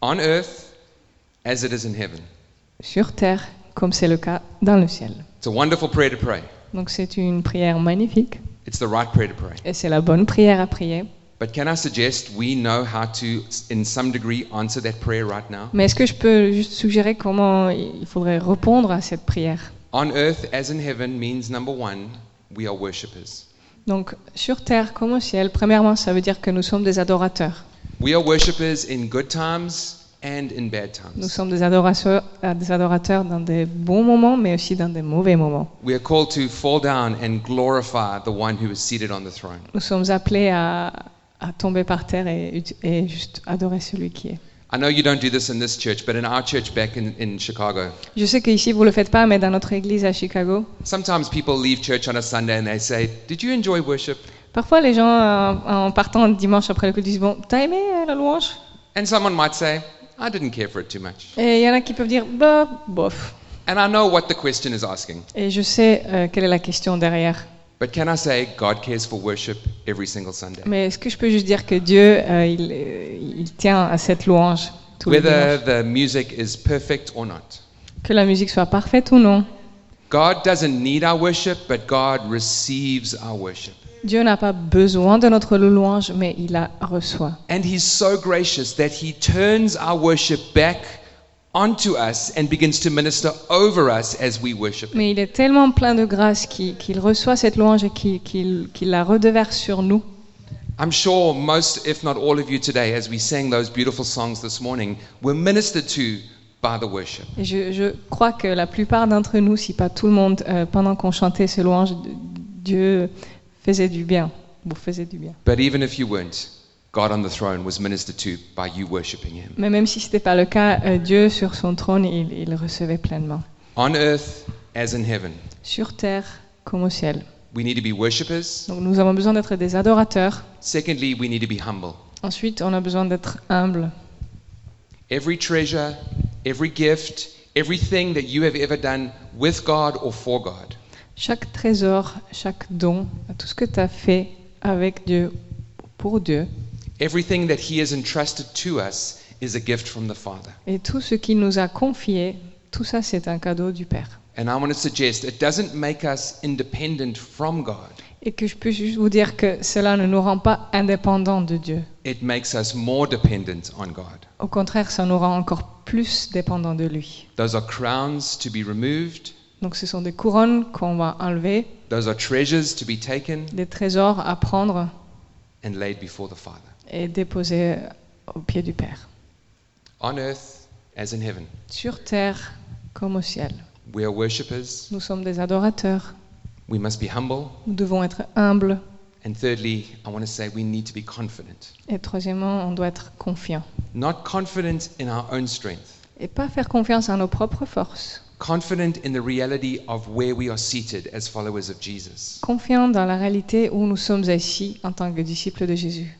A: On earth as it is in heaven.
B: Sur terre comme c'est le cas dans le ciel.
A: It's a wonderful prayer to pray.
B: Donc c'est une prière magnifique
A: It's the right prayer to pray.
B: et c'est la bonne prière à prier.
A: But can I suggest we know how to, in some degree, answer that prayer right now?
B: Mais est-ce que je peux juste suggérer comment il faudrait répondre à cette prière
A: On earth as in heaven means number one, we are worshippers.
B: Donc sur terre comme au ciel, premièrement ça veut dire que nous sommes des adorateurs.
A: We are worshippers in good times and in bad
B: Nous
A: times.
B: sommes des adorateurs, euh, des adorateurs dans des bons moments mais aussi dans des mauvais moments.
A: We are called to fall down and glorify the one who is seated on the throne.
B: Nous sommes appelés à, à tomber par terre et, ut- et juste adorer celui qui est.
A: I know you don't do this in this church, but in our church back in, in Chicago,
B: Je sais qu'ici, vous ne le faites pas, mais dans notre église à Chicago,
A: sometimes people leave church on a Sunday and they say, Did you enjoy worship?
B: parfois les gens, euh, en partant dimanche après le culte, disent Bon, t'as aimé euh, la louange
A: And someone might say, I didn't care for it too much.
B: Et il y en a qui peuvent dire Bah, bof.
A: And I know what the question is asking.
B: Et je sais euh, quelle est la question derrière.
A: But can I say God cares for worship every single Sunday?
B: Mais est-ce que je peux juste dire que Dieu, euh, il, euh, il tient à cette louange tous les
A: Whether
B: dimanches
A: the music is perfect or not.
B: Que la musique soit parfaite ou non.
A: God doesn't need our worship, but God receives our worship.
B: Dieu n'a pas besoin de notre louange, mais il la reçoit.
A: And He's so gracious that He turns our worship back onto us and begins to minister over us as we worship. Him.
B: Mais il est tellement plein de grâce qu'il qu'il reçoit cette louange et qu'il qu'il- qu'il la redeverse sur nous.
A: I'm sure most, if not all of you today, as we sang those beautiful songs this morning, were ministered to by the worship.
B: Et je, je crois que la plupart d'entre nous, si pas tout le monde, euh, pendant qu'on chantait ces louanges, Dieu faisait du bien, vous faisait du bien.
A: But even if you weren't, God on the throne was ministered to by you worshiping Him.
B: Mais même si ce n'était pas le cas, euh, Dieu sur son trône, il, il recevait pleinement.
A: On earth as in heaven.
B: Sur terre comme au ciel.
A: We need to be worshippers.
B: Donc nous avons besoin d'être des adorateurs.
A: Secondly, we need to be humble.
B: Ensuite, on a besoin d'être humble.
A: Every treasure, every gift, everything that you have ever done with God or for God
B: Chaque trésor, chaque don, tout ce que tu as fait avec Dieu, pour Dieu,
A: Everything that he has entrusted to us is a gift from the Father.
B: et tout ce qu'il nous a confié, tout ça c'est un cadeau du Père.
A: And I want to suggest it doesn't make us independent from God.
B: Et que je peux juste vous dire que cela ne nous rend pas indépendants de Dieu.
A: It makes us more dependent on God.
B: Au contraire, ça nous rend encore plus dépendants de lui.
A: Those are crowns to be removed,
B: Donc ce sont des couronnes qu'on va enlever,
A: those are treasures to be taken
B: des trésors à prendre
A: and laid before the Father.
B: et déposer au pied du Père.
A: On earth as in heaven,
B: Sur terre comme au ciel.
A: we are worshippers.
B: Nous sommes des adorateurs.
A: We must be humble.
B: Nous devons être humbles.
A: And thirdly, I want to say we need to be confident.
B: Et troisièmement, on doit être confiant.
A: Not confident in our own strength,
B: Et pas faire confiance à nos propres forces.
A: confident in the reality of where we are seated as followers of Jesus.
B: Confiant dans la réalité où nous sommes assis en tant que disciples de Jésus.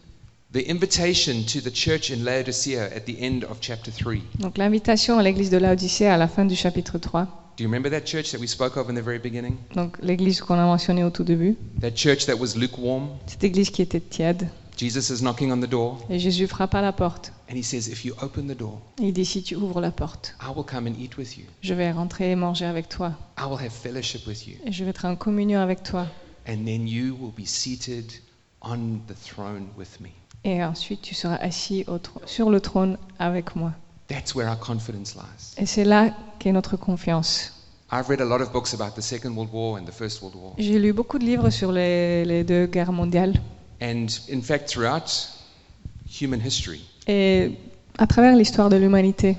A: The invitation to the church in Laodicea at the end of chapter 3.
B: Donc l'invitation à l'église de l'Odyssée à la fin du chapitre 3.
A: Do you remember that church that we spoke of in the very beginning?
B: Donc l'église qu'on a mentionnée au tout début,
A: That church that was lukewarm.
B: cette église qui était tiède,
A: Jesus is knocking on the door
B: et Jésus frappe à la porte.
A: and he says, If you open the door,
B: Et Il dit si tu ouvres la porte,
A: I will come and eat with you.
B: je vais rentrer et manger avec toi,
A: I will have fellowship with you.
B: et je vais être en communion avec toi,
A: And then you will be seated on the throne with me.
B: et ensuite tu seras assis au tr- sur le trône avec moi.
A: That's where our confidence lies.
B: Et c'est là qu'est notre confiance.
A: I've read a lot of books about the Second World War and the First World War.
B: J'ai lu beaucoup de livres sur les, les deux guerres mondiales,
A: And in fact, throughout human history,
B: et à travers l'histoire de l'humanité,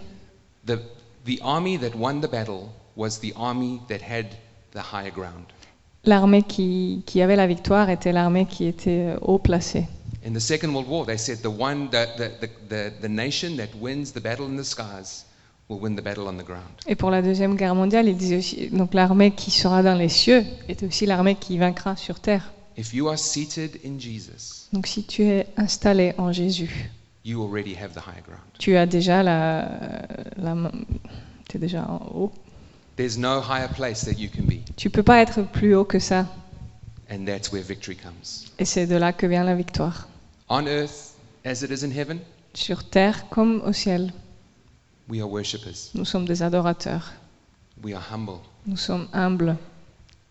A: The, the army that won the battle was the army that had the higher ground.
B: l'armée qui, qui avait la victoire était l'armée qui était euh, haut placée.
A: In the Second World War, they said the, one, the, the, the, the, the nation that wins the battle in the skies will win the battle on the ground.
B: Et pour la deuxième guerre mondiale, il disait aussi donc l'armée qui sera dans les cieux est aussi l'armée qui vaincra sur terre.
A: If you are seated in Jesus,
B: Donc si tu es installé en Jésus,
A: you already have the higher ground.
B: tu as déjà la, euh, la tu es déjà en haut.
A: There's no higher place that you can be,
B: Tu peux pas être plus haut que ça.
A: and that's where victory comes.
B: Et c'est de là que vient la victoire,
A: On earth, as it is in heaven,
B: sur terre comme au ciel.
A: we are worshippers.
B: Nous sommes des adorateurs,
A: We are humble.
B: nous sommes humbles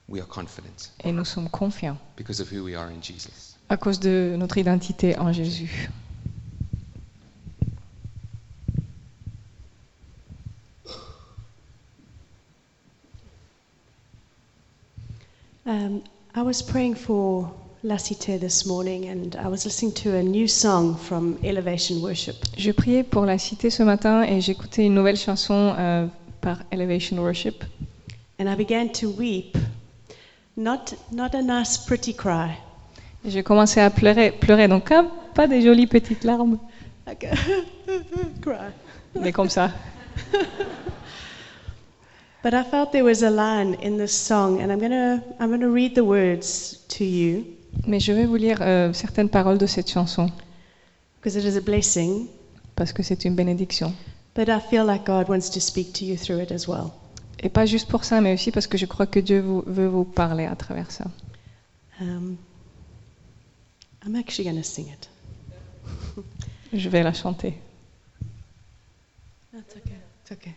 A: We are confident
B: et nous sommes confiants
A: because of who we are in Jesus.
B: à cause de notre identité en Jésus.
C: Um, I was praying for Lassiter this morning and I was listening to a new song from Elevation Worship.
B: Je priais pour la cité ce matin et j'écoutais une nouvelle chanson euh, par Elevation Worship.
C: And I began to weep. Not, not a nice, pretty cry.
B: Et J'ai commencé à pleurer, pleurer donc hein, pas des jolies petites larmes,
C: Like a cry.
B: mais comme ça.
C: But I felt there was a line in this song, and I'm going to I'm gonna read the words to you
B: Mais je vais vous lire euh, certaines paroles de cette chanson
C: because it is a blessing,
B: parce que c'est une bénédiction.
C: but I feel like God wants to speak to you through it as well.
B: Et pas juste pour ça, mais aussi parce que je crois que Dieu vous- veut vous parler à travers ça.
C: Um, I'm actually going to sing it.
B: Je vais la chanter.
C: That's okay. It's okay.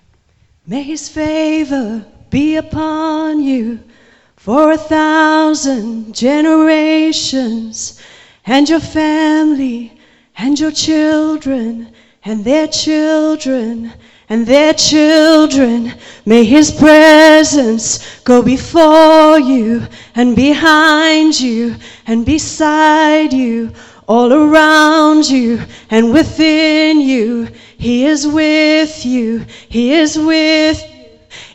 C: May his favor be upon you for a thousand generations and your family and your children and their children and their children. May his presence go before you and behind you and beside you all around you and within you. He is with you. He is with you.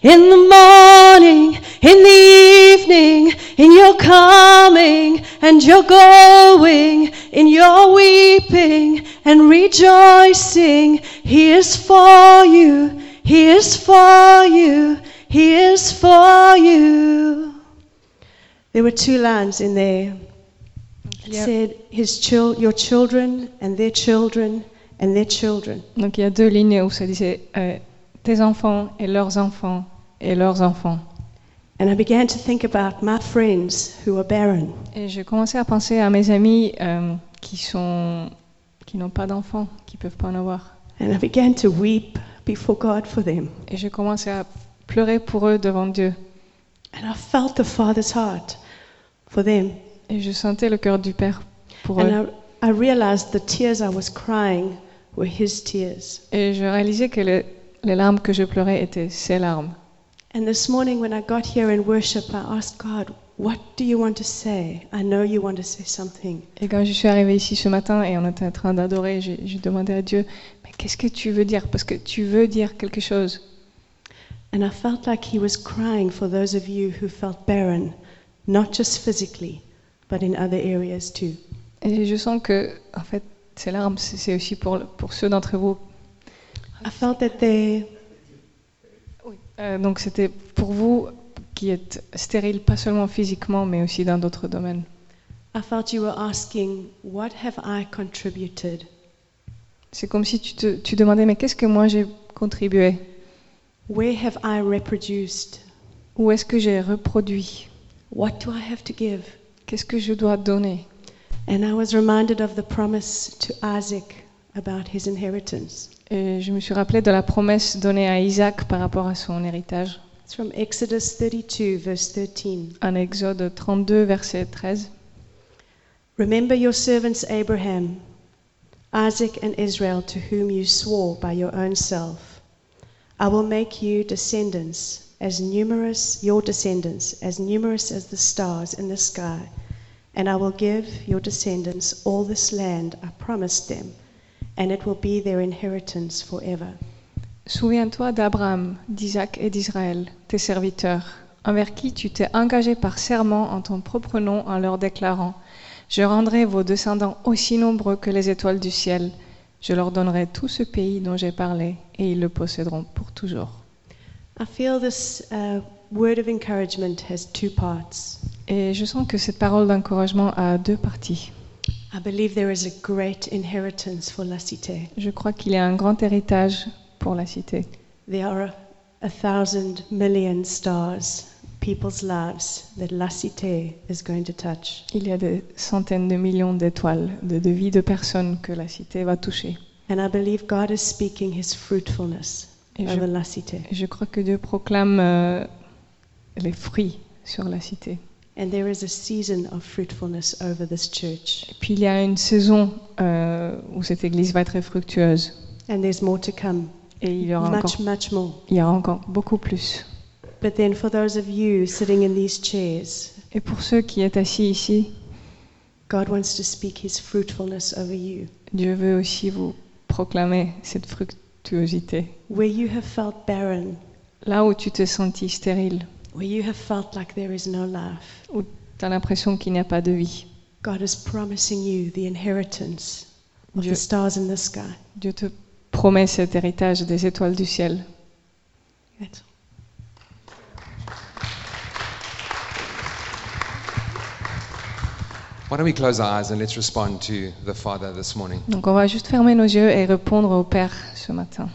C: In the morning, in the evening, in your coming and your going, in your weeping and rejoicing, He is for you. He is for you. He is for you. There were two lines in there. It
B: Yep.
C: said, his chil- Your children and their children and their children.
B: Donc il y a deux lignes où ça disait euh, tes enfants et leurs enfants et leurs enfants.
C: And I began to think about my friends who are barren.
B: Et je commençais à penser à mes amis euh, qui sont qui n'ont pas d'enfants, qui peuvent pas en avoir.
C: And I began to weep before God for them.
B: Et je commençais à pleurer pour eux devant Dieu.
C: And I felt the Father's heart for them.
B: Et je sentais le cœur du Père pour eux.
C: And I, I realized the tears I was crying were His tears.
B: Et je réalisais que le- les larmes que je pleurais étaient ses larmes.
C: And this morning when I got here in worship, I asked God, What do you want to say? I know you want to say something.
B: Et quand je suis arrivée ici ce matin et on était en train d'adorer, j'ai j'ai demandé à Dieu, mais qu'est-ce que tu veux dire Parce que tu veux dire quelque chose.
C: And I felt like He was crying for those of you who felt barren, not just physically, but in other areas too.
B: Et je sens que, en fait, ces larmes, c'est c'est aussi pour, pour ceux d'entre vous.
C: I felt that they
B: Euh, donc c'était pour vous qui êtes stériles, pas seulement physiquement, mais aussi dans d'autres domaines.
C: I felt you were asking, What have I contributed?
B: C'est comme si tu, te, tu demandais, mais qu'est-ce que moi j'ai contribué
C: Where have I reproduced?
B: Où est-ce que j'ai reproduit
C: What do I have to give?
B: Qu'est-ce que je dois donner
C: And I was reminded of the promise to Isaac about his inheritance.
B: Et je me suis rappelé de la promesse donnée à Isaac par rapport à son héritage.
C: It's from Exodus 32, verse 13.
B: En Exode 32, verset 13.
C: Remember your servants Abraham, Isaac, and Israel, to whom you swore by your own self, I will make you descendants as numerous, your descendants as numerous as the stars in the sky, and I will give your descendants all this land I promised them, and it will be their inheritance forever.
B: Souviens-toi d'Abraham, d'Isaac et d'Israël, tes serviteurs, envers qui tu t'es engagé par serment en ton propre nom en leur déclarant Je rendrai vos descendants aussi nombreux que les étoiles du ciel. Je leur donnerai tout ce pays dont j'ai parlé et ils le posséderont pour toujours.
C: I feel this uh, word of encouragement has two parts.
B: Et je sens que cette parole d'encouragement a deux parties.
C: I believe there is a great inheritance for La Cité.
B: Je crois qu'il y a un grand héritage pour la cité.
C: There are a, a thousand million stars, people's lives that La Cité is going to touch.
B: Il y a des centaines de millions d'étoiles, de, de vies de personnes que la cité va toucher.
C: And I believe God is speaking his fruitfulness
B: Et je,
C: over La Cité.
B: je crois que Dieu proclame euh, les fruits sur la cité.
C: And there is a season of fruitfulness over this church.
B: Et puis il y a une saison euh, où cette église va être très fructueuse.
C: And there's more to come,
B: Et il y, aura
C: much,
B: encore,
C: much more.
B: il y aura encore beaucoup plus.
C: But then for those of you sitting in these chairs,
B: Et pour ceux qui est assis ici,
C: God wants to speak his fruitfulness over you.
B: Dieu veut aussi vous proclamer cette fructuosité.
C: Where you have felt barren,
B: Là où tu t'es senti stérile,
C: where you have felt like there is no life,
B: où tu as l'impression qu'il n'y a pas de vie,
C: God is promising you the inheritance of
B: Dieu,
C: the stars in the sky.
B: Dieu te promet cet héritage des étoiles du ciel.
C: That's all.
A: Why don't we close our eyes and let's respond to the Father this morning?
B: Donc on va juste fermer nos yeux et répondre au Père ce matin.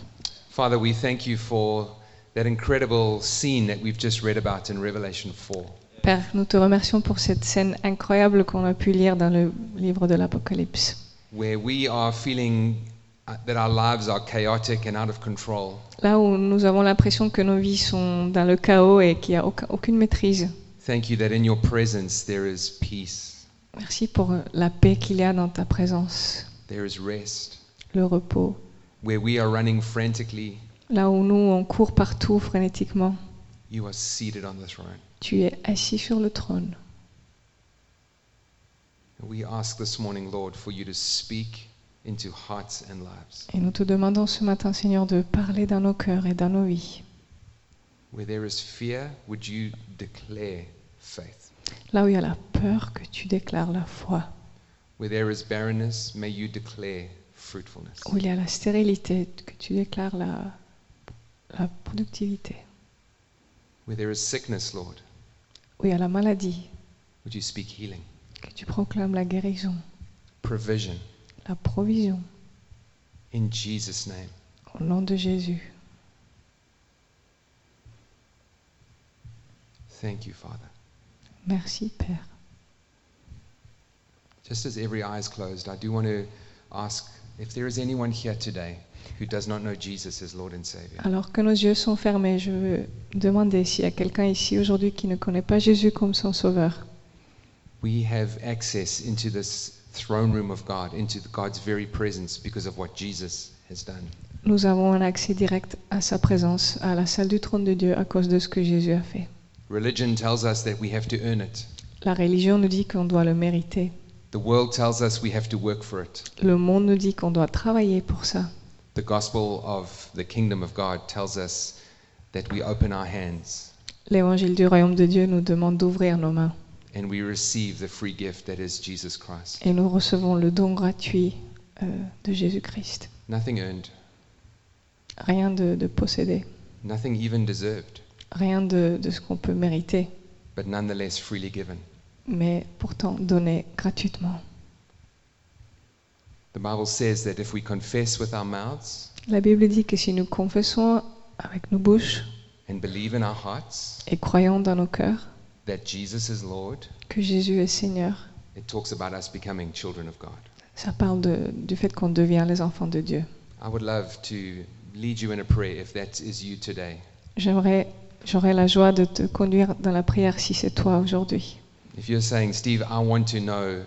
A: Father, we thank you for that incredible scene that we've just read about in Revelation 4.
B: Père, nous te remercions pour cette scène incroyable qu'on a pu lire dans le livre de l'Apocalypse.
A: where we are feeling uh, that our lives are chaotic and out of control,
B: Là où nous avons l'impression que nos vies sont dans le chaos et qu'il n'y a aucun- aucune maîtrise.
A: thank you that in your presence there is peace,
B: Merci pour la paix qu'il y a dans ta présence,
A: there is rest.
B: le repos.
A: Where we are running frantically,
B: Là où nous, on court partout frénétiquement,
A: you are seated on the throne.
B: tu es assis sur le trône.
A: We ask this morning, Lord, for you to speak into hearts and lives.
B: Et nous te demandons ce matin, Seigneur, de parler dans nos cœurs et dans nos vies.
A: Where there is fear, would you declare faith?
B: Là où il y a la peur, que tu déclares la foi.
A: Where there is barrenness, may you declare fruitfulness.
B: Où il y a la stérilité, que tu déclares la, la productivité.
A: Where there is sickness, Lord,
B: Où il y a la maladie,
A: would you speak healing,
B: que tu proclames la guérison,
A: provision,
B: la provision,
A: in Jesus' name.
B: au nom de Jésus.
A: Thank you, Father.
B: Merci, Père.
A: Just as every eye is closed, I do want to ask if there is anyone here today who does not know Jesus as Lord and Savior.
B: Alors que nos yeux sont fermés, je veux demander s'il y a quelqu'un ici aujourd'hui qui ne connaît pas Jésus comme son sauveur.
A: We have access into this throne room of God, into the- God's very presence because of what Jesus has done.
B: Nous avons un accès direct à sa présence, à la salle du trône de Dieu, à cause de ce que Jésus a fait.
A: Religion tells us that we have to earn it.
B: La religion nous dit qu'on doit le mériter.
A: The world tells us we have to work for it.
B: Le monde nous dit qu'on doit travailler pour ça.
A: The gospel of the kingdom of God tells us that we open our hands
B: L'évangile du royaume de Dieu nous demande d'ouvrir nos mains
A: and we receive the free gift that is Jesus Christ.
B: et nous recevons le don gratuit euh, de Jésus-Christ.
A: Nothing earned,
B: Rien de, de possédé,
A: nothing even deserved,
B: rien de, de ce qu'on peut mériter,
A: but nonetheless freely given.
B: mais pourtant donné gratuitement.
A: The Bible says that if we confess with our mouths
B: La Bible dit que si nous confessons avec nos bouches
A: and believe in our hearts
B: et croyons dans nos cœurs
A: that Jesus is Lord,
B: que Jésus est Seigneur,
A: it talks about us becoming children of God.
B: ça parle de- du fait qu'on devient les enfants de Dieu.
A: I would love to lead you in a prayer if that is you today.
B: J'aimerais, j'aurais la joie de te conduire dans la prière si c'est toi aujourd'hui.
A: If you're saying, Steve, I want to know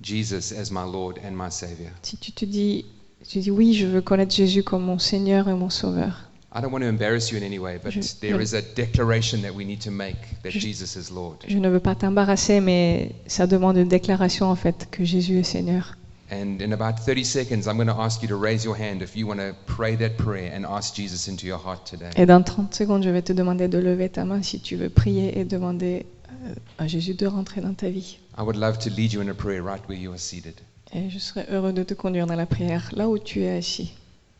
A: Jesus as my Lord and my Savior,
B: Si tu te dis, tu dis oui, je veux connaître Jésus comme mon Seigneur et mon Sauveur.
A: I don't want to embarrass you in any way, but
B: Je-
A: there
B: je-
A: is a declaration that we need to make that
B: Je-
A: Jesus is Lord.
B: Je ne veux pas t'embarrasser, mais ça demande une déclaration en fait que Jésus est Seigneur.
A: And in about 30 seconds, I'm going to ask you to raise your hand if you want to pray that prayer and ask Jesus into your heart today.
B: Et dans 30 secondes, je vais te demander de lever ta main si tu veux prier et demander euh, à Jésus de rentrer dans ta vie.
A: I would love to lead you in a prayer right where you are seated.
B: Et je serais heureux de te conduire dans la prière, là où tu es assis.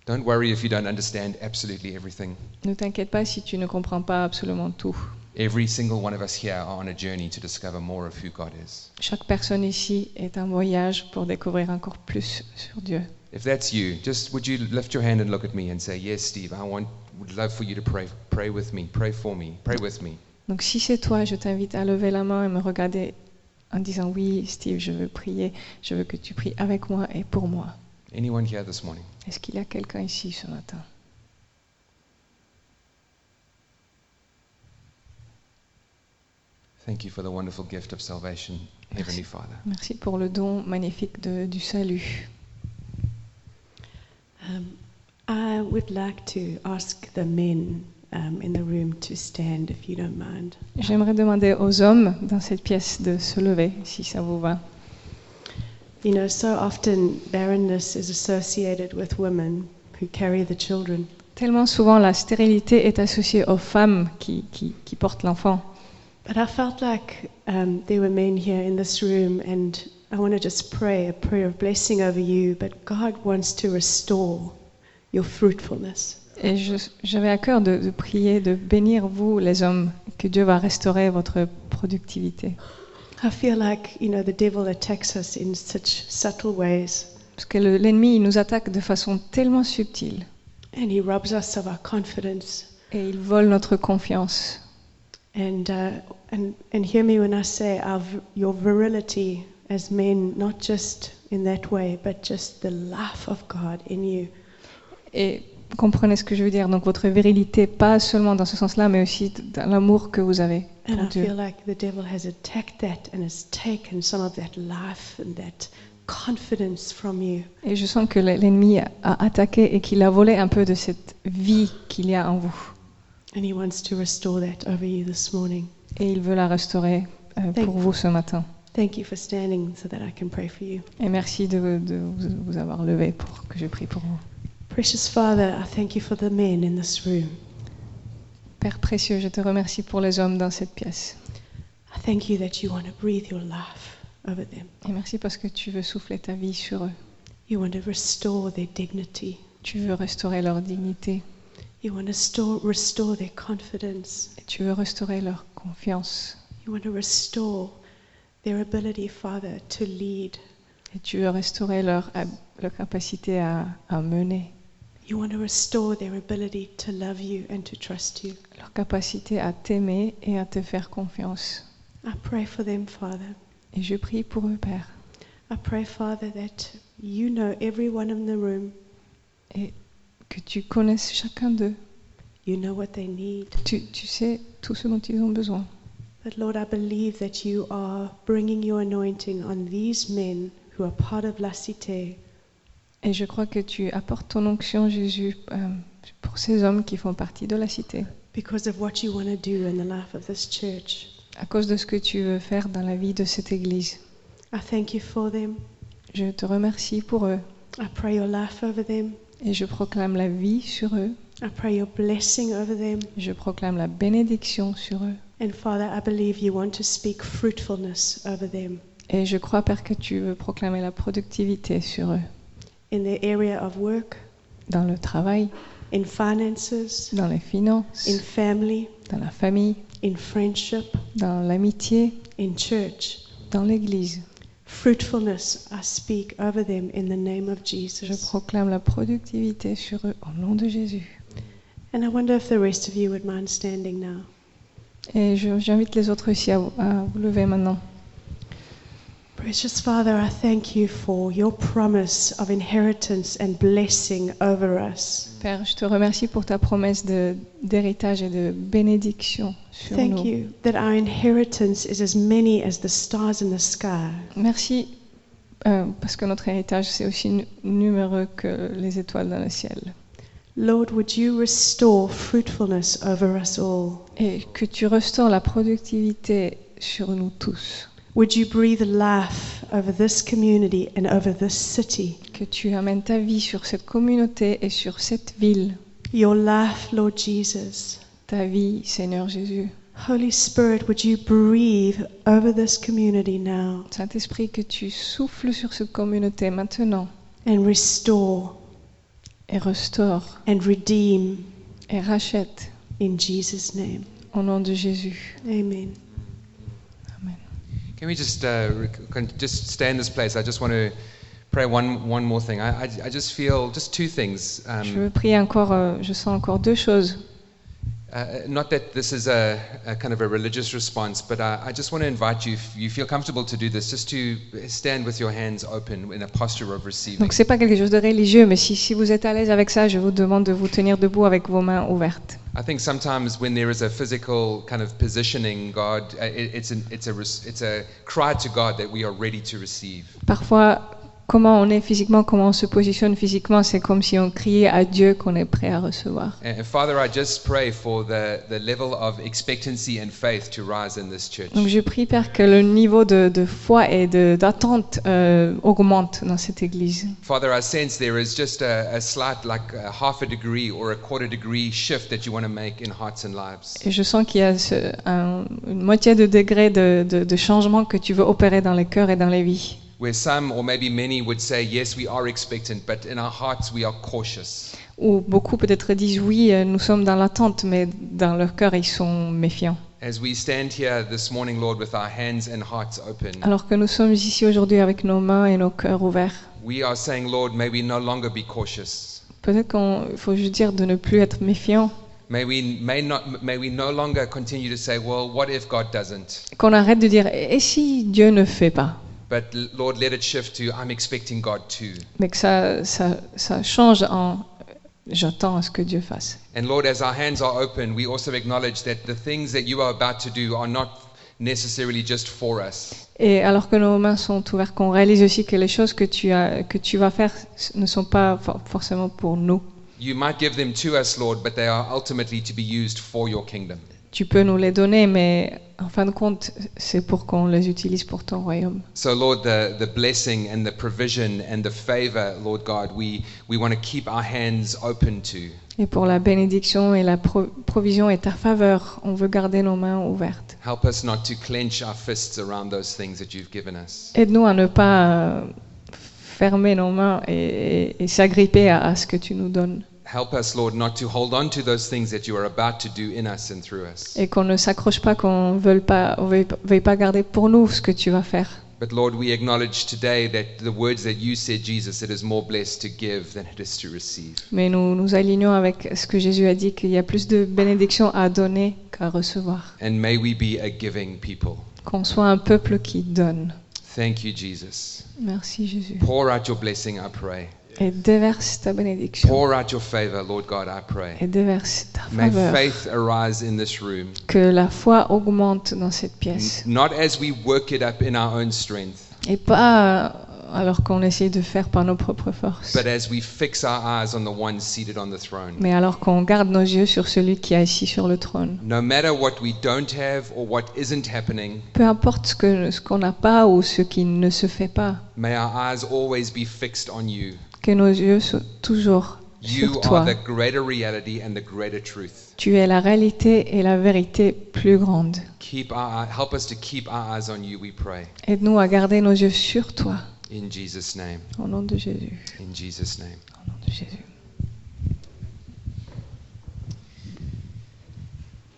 A: Don't worry if you don't understand absolutely everything.
B: Ne t'inquiète pas si tu ne comprends pas absolument tout.
A: Every single one of us here are on a journey to discover more of who God is.
B: Chaque personne ici est un voyage pour découvrir encore plus sur Dieu.
A: If that's you, just would you lift your hand and look at me and say, "Yes, Steve, I want would love for you to pray pray with me, pray for me, pray with me."
B: Donc si c'est toi, je t'invite à lever la main et me regarder en disant oui, Steve, je veux prier, je veux que tu pries avec moi et pour moi.
A: Anyone here this morning?
B: Est-ce qu'il y a quelqu'un ici ce matin
A: Thank you for the wonderful gift of salvation, Heavenly Father.
B: Merci pour le don magnifique de- du salut.
C: Um, I would like to ask the men um, in the room to stand if you don't mind.
B: J'aimerais demander aux hommes dans cette pièce de se lever, si ça vous va.
C: You know, so often barrenness is associated with women who carry the children.
B: Tellement souvent, la stérilité est associée aux femmes qui, qui- qui portent l'enfant.
C: But I felt like um, there were men here in this room, and I want to just pray a prayer of blessing over you. But God wants to restore your fruitfulness.
B: Et je- j'avais à cœur de, de prier, de bénir vous, les hommes, que Dieu va restaurer votre productivité.
C: I feel like, you know, the devil attacks us in such subtle ways,
B: Parce que le- l'ennemi, il nous attaque de façon tellement subtile.
C: and he robs us of our confidence,
B: et ils volent notre confiance.
C: And, uh, and, and hear me when I say our, v- your virility as men, not just in that way, but just the life of God in you.
B: Et vous comprenez ce que je veux dire. Donc votre virilité, pas seulement dans ce sens-là, mais aussi dans l'amour que vous avez
C: And
B: pour
C: I
B: Dieu.
C: feel like the devil has attacked that and has taken some of that life and that confidence from you.
B: Et je sens que l'ennemi a attaqué et qu'il a volé un peu de cette vie qu'il y a en vous.
C: And he wants to restore that over you this morning.
B: Et il veut la restaurer euh,
C: Thank-
B: pour vous ce matin.
C: Thank you for standing so that I can pray for you.
B: Et merci de, de vous- vous avoir levé pour que je prie pour vous.
C: Precious Father, I thank you for the men in this room.
B: Père précieux, je te remercie pour les hommes dans cette pièce.
C: I thank you that you want to breathe your life over them.
B: Et merci parce que tu veux souffler ta vie sur eux.
C: You want to restore their dignity.
B: Tu veux restaurer leur dignité.
C: You want to store, restore their confidence.
B: Et tu veux restaurer leur confiance.
C: You want to restore their ability, Father, to lead.
B: Et tu veux restaurer leur, hab- leur capacité à, à mener,
C: You want to restore their ability to love you and to trust you.
B: leur capacité à t'aimer et à te faire confiance.
C: I pray for them, Father.
B: Et je prie pour eux, Père.
C: I pray, Father, that you know everyone in the room.
B: Et que tu connaisses chacun d'eux.
C: You know what they need.
B: Tu, tu sais tout ce dont ils ont besoin.
C: But Lord, I believe that you are bringing your anointing on these men who are part of La Cité.
B: Et je crois que tu apportes ton onction, Jésus, euh, pour ces hommes qui font partie de la cité.
C: because of what you want to do in the life of this church.
B: À cause de ce que tu veux faire dans la vie de cette Église.
C: I thank you for them.
B: Je te remercie pour eux.
C: I pray your life over them.
B: Et je proclame la vie sur eux.
C: I pray your blessing over them.
B: Je proclame la bénédiction sur eux.
C: And Father, I believe you want to speak fruitfulness over them
B: Et je crois, Père, que tu veux proclamer la productivité sur eux,
C: in their area of work,
B: dans le travail,
C: in finances,
B: dans les finances,
C: in family,
B: dans la famille,
C: in friendship,
B: dans l'amitié,
C: in church.
B: dans l'Église.
C: Fruitfulness, I speak over them in the name of
B: Je
C: Jesus.
B: proclame la productivité sur eux au nom de Jésus.
C: And I wonder if the rest of you would mind standing now.
B: Et je- j'invite les autres aussi à, vous- à vous lever maintenant.
C: Precious Father, I thank you for your promise of inheritance and blessing over us.
B: Père, je te remercie pour ta promesse de- d'héritage et de bénédiction sur
C: Thank
B: nous.
C: you that our inheritance is as many as the stars in the sky.
B: Merci euh, parce que notre héritage, c'est aussi nu- numereux que les étoiles dans le ciel.
C: Lord, would you restore fruitfulness over us all?
B: Et que tu restaures la productivité sur nous tous.
C: Would you breathe life over this community and over this city?
B: Que tu amènes ta vie sur cette communauté et sur cette ville.
C: Your life, Lord Jesus.
B: Ta vie, Seigneur Jésus.
C: Holy Spirit, would you breathe over this community now
B: Saint-Esprit, que tu souffles sur cette communauté maintenant
C: and restore
B: et restaure
C: and redeem
B: et rachète
C: in Jesus' name?
B: au nom de Jésus.
C: Amen.
A: Can we just uh, rec- con- just stay in this place? I just want to pray one one more thing. I, I, I just feel just two things.
B: Je
A: Um,
B: veux prier encore, euh, je sens encore deux choses.
A: uh, not that this is a, a kind of a religious response, but uh, I, I just want to invite you, if you feel comfortable to do this, just to stand with your hands open in a posture of receiving.
B: Donc c'est pas quelque chose de religieux, mais si, si vous êtes à l'aise avec ça, je vous demande de vous tenir debout avec vos mains ouvertes.
A: I think sometimes when there is a physical kind of positioning, God, uh, it, it's an, it's a res- it's a cry to God that we are ready to receive.
B: Parfois, comment on est physiquement, comment on se positionne physiquement, c'est comme si on criait à Dieu qu'on est prêt à recevoir.
A: And, and Father, I just pray for the, the level of expectancy and faith to rise in this church.
B: Donc je prie, Père, que le niveau de, de foi et de- d'attente euh, augmente dans cette Église.
A: Father, I sense there is just a, a slight, like a half a degree or a quarter degree shift that you want to make in hearts and lives.
B: Et je sens qu'il y a ce- un- une moitié de degré de, de- de changement que tu veux opérer dans les cœurs et dans les vies.
A: Where some or maybe many would say, yes, we are expectant, but in our hearts we are cautious.
B: Où beaucoup peut-être disent oui, euh, nous sommes dans l'attente, mais dans leur cœur, ils sont méfiants.
A: As we stand here this morning, Lord, with our hands and hearts open,
B: Alors que nous sommes ici aujourd'hui avec nos mains et nos cœurs ouverts,
A: we are saying, Lord, may we no longer be cautious.
B: peut-être qu'il faut juste dire de ne plus être méfiant,
A: May we, may, not, may we no longer continue to say, well, what if God doesn't?
B: Qu'on arrête de dire et si Dieu ne fait pas
A: But l- Lord, let it shift to, I'm expecting God to.
B: Mais que ça, ça, ça change en j'attends à ce que Dieu fasse.
A: And Lord, as our hands are open, we also acknowledge that the things that you are about to do are not necessarily just for us,
B: Et alors que nos mains sont ouvertes, qu'on réalise aussi que les choses que tu, as, que tu vas faire ne sont pas for- forcément pour nous.
A: You might give them to us, Lord, but they are ultimately to be used for your kingdom.
B: Tu peux nous les donner, mais en fin de compte, c'est pour qu'on les utilise pour ton royaume.
A: So, Lord, the, the blessing and the provision and the favor, Lord God, we, we want to keep our hands open to.
B: Et pour la bénédiction et la pro- provision et ta faveur, on veut garder nos mains ouvertes.
A: Help us not to clench our fists around those things that you've given us.
B: Aide-nous à ne pas euh, fermer nos mains et, et- et s'agripper à- à ce que tu nous donnes.
A: Help us, Lord, not to hold on to those things that you are about to do in us and through us.
B: Et qu'on ne s'accroche pas, qu'on ne veuille pas, on veuille, veuille pas garder pour nous ce que tu vas faire.
A: But, Lord, we acknowledge today that the words that you said, Jesus, it is more blessed to give than it is to receive.
B: Mais nous nous alignons avec ce que Jésus a dit, qu'il y a plus de bénédictions à donner qu'à recevoir.
A: And may we be a giving people.
B: Qu'on soit un peuple qui donne.
A: Thank you, Jesus.
B: Merci Jésus.
A: Pour out your blessing, I pray.
B: Et déverse ta bénédiction.
A: Pour out your favor, Lord God, I pray.
B: Et déverse ta
A: May
B: faveur.
A: faith arise in this room,
B: Que la foi augmente dans cette pièce.
A: not as we work it up in our own strength,
B: Et pas euh, alors qu'on essaye de faire par nos propres forces.
A: but as we fix our eyes on the one seated on the throne.
B: Mais alors qu'on garde nos yeux sur celui qui est assis sur le trône.
A: No matter what we don't have or what isn't happening,
B: Peu importe ce que- ce qu'on n'a pas ou ce qui ne se fait pas.
A: may our eyes always be fixed on you.
B: Que nos yeux soient toujours
A: You
B: sur
A: are
B: toi.
A: the greater reality and the greater truth.
B: Tu es la réalité et la vérité plus grande.
A: Keep our, help us to keep our eyes on you, we pray.
B: Aide-nous à garder nos yeux sur toi.
A: In Jesus' name.
B: Au nom de Jésus.
A: In Jesus' name.
B: Au nom de Jésus.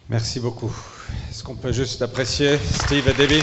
D: Merci beaucoup. Est-ce qu'on peut juste apprécier Steve et Debbie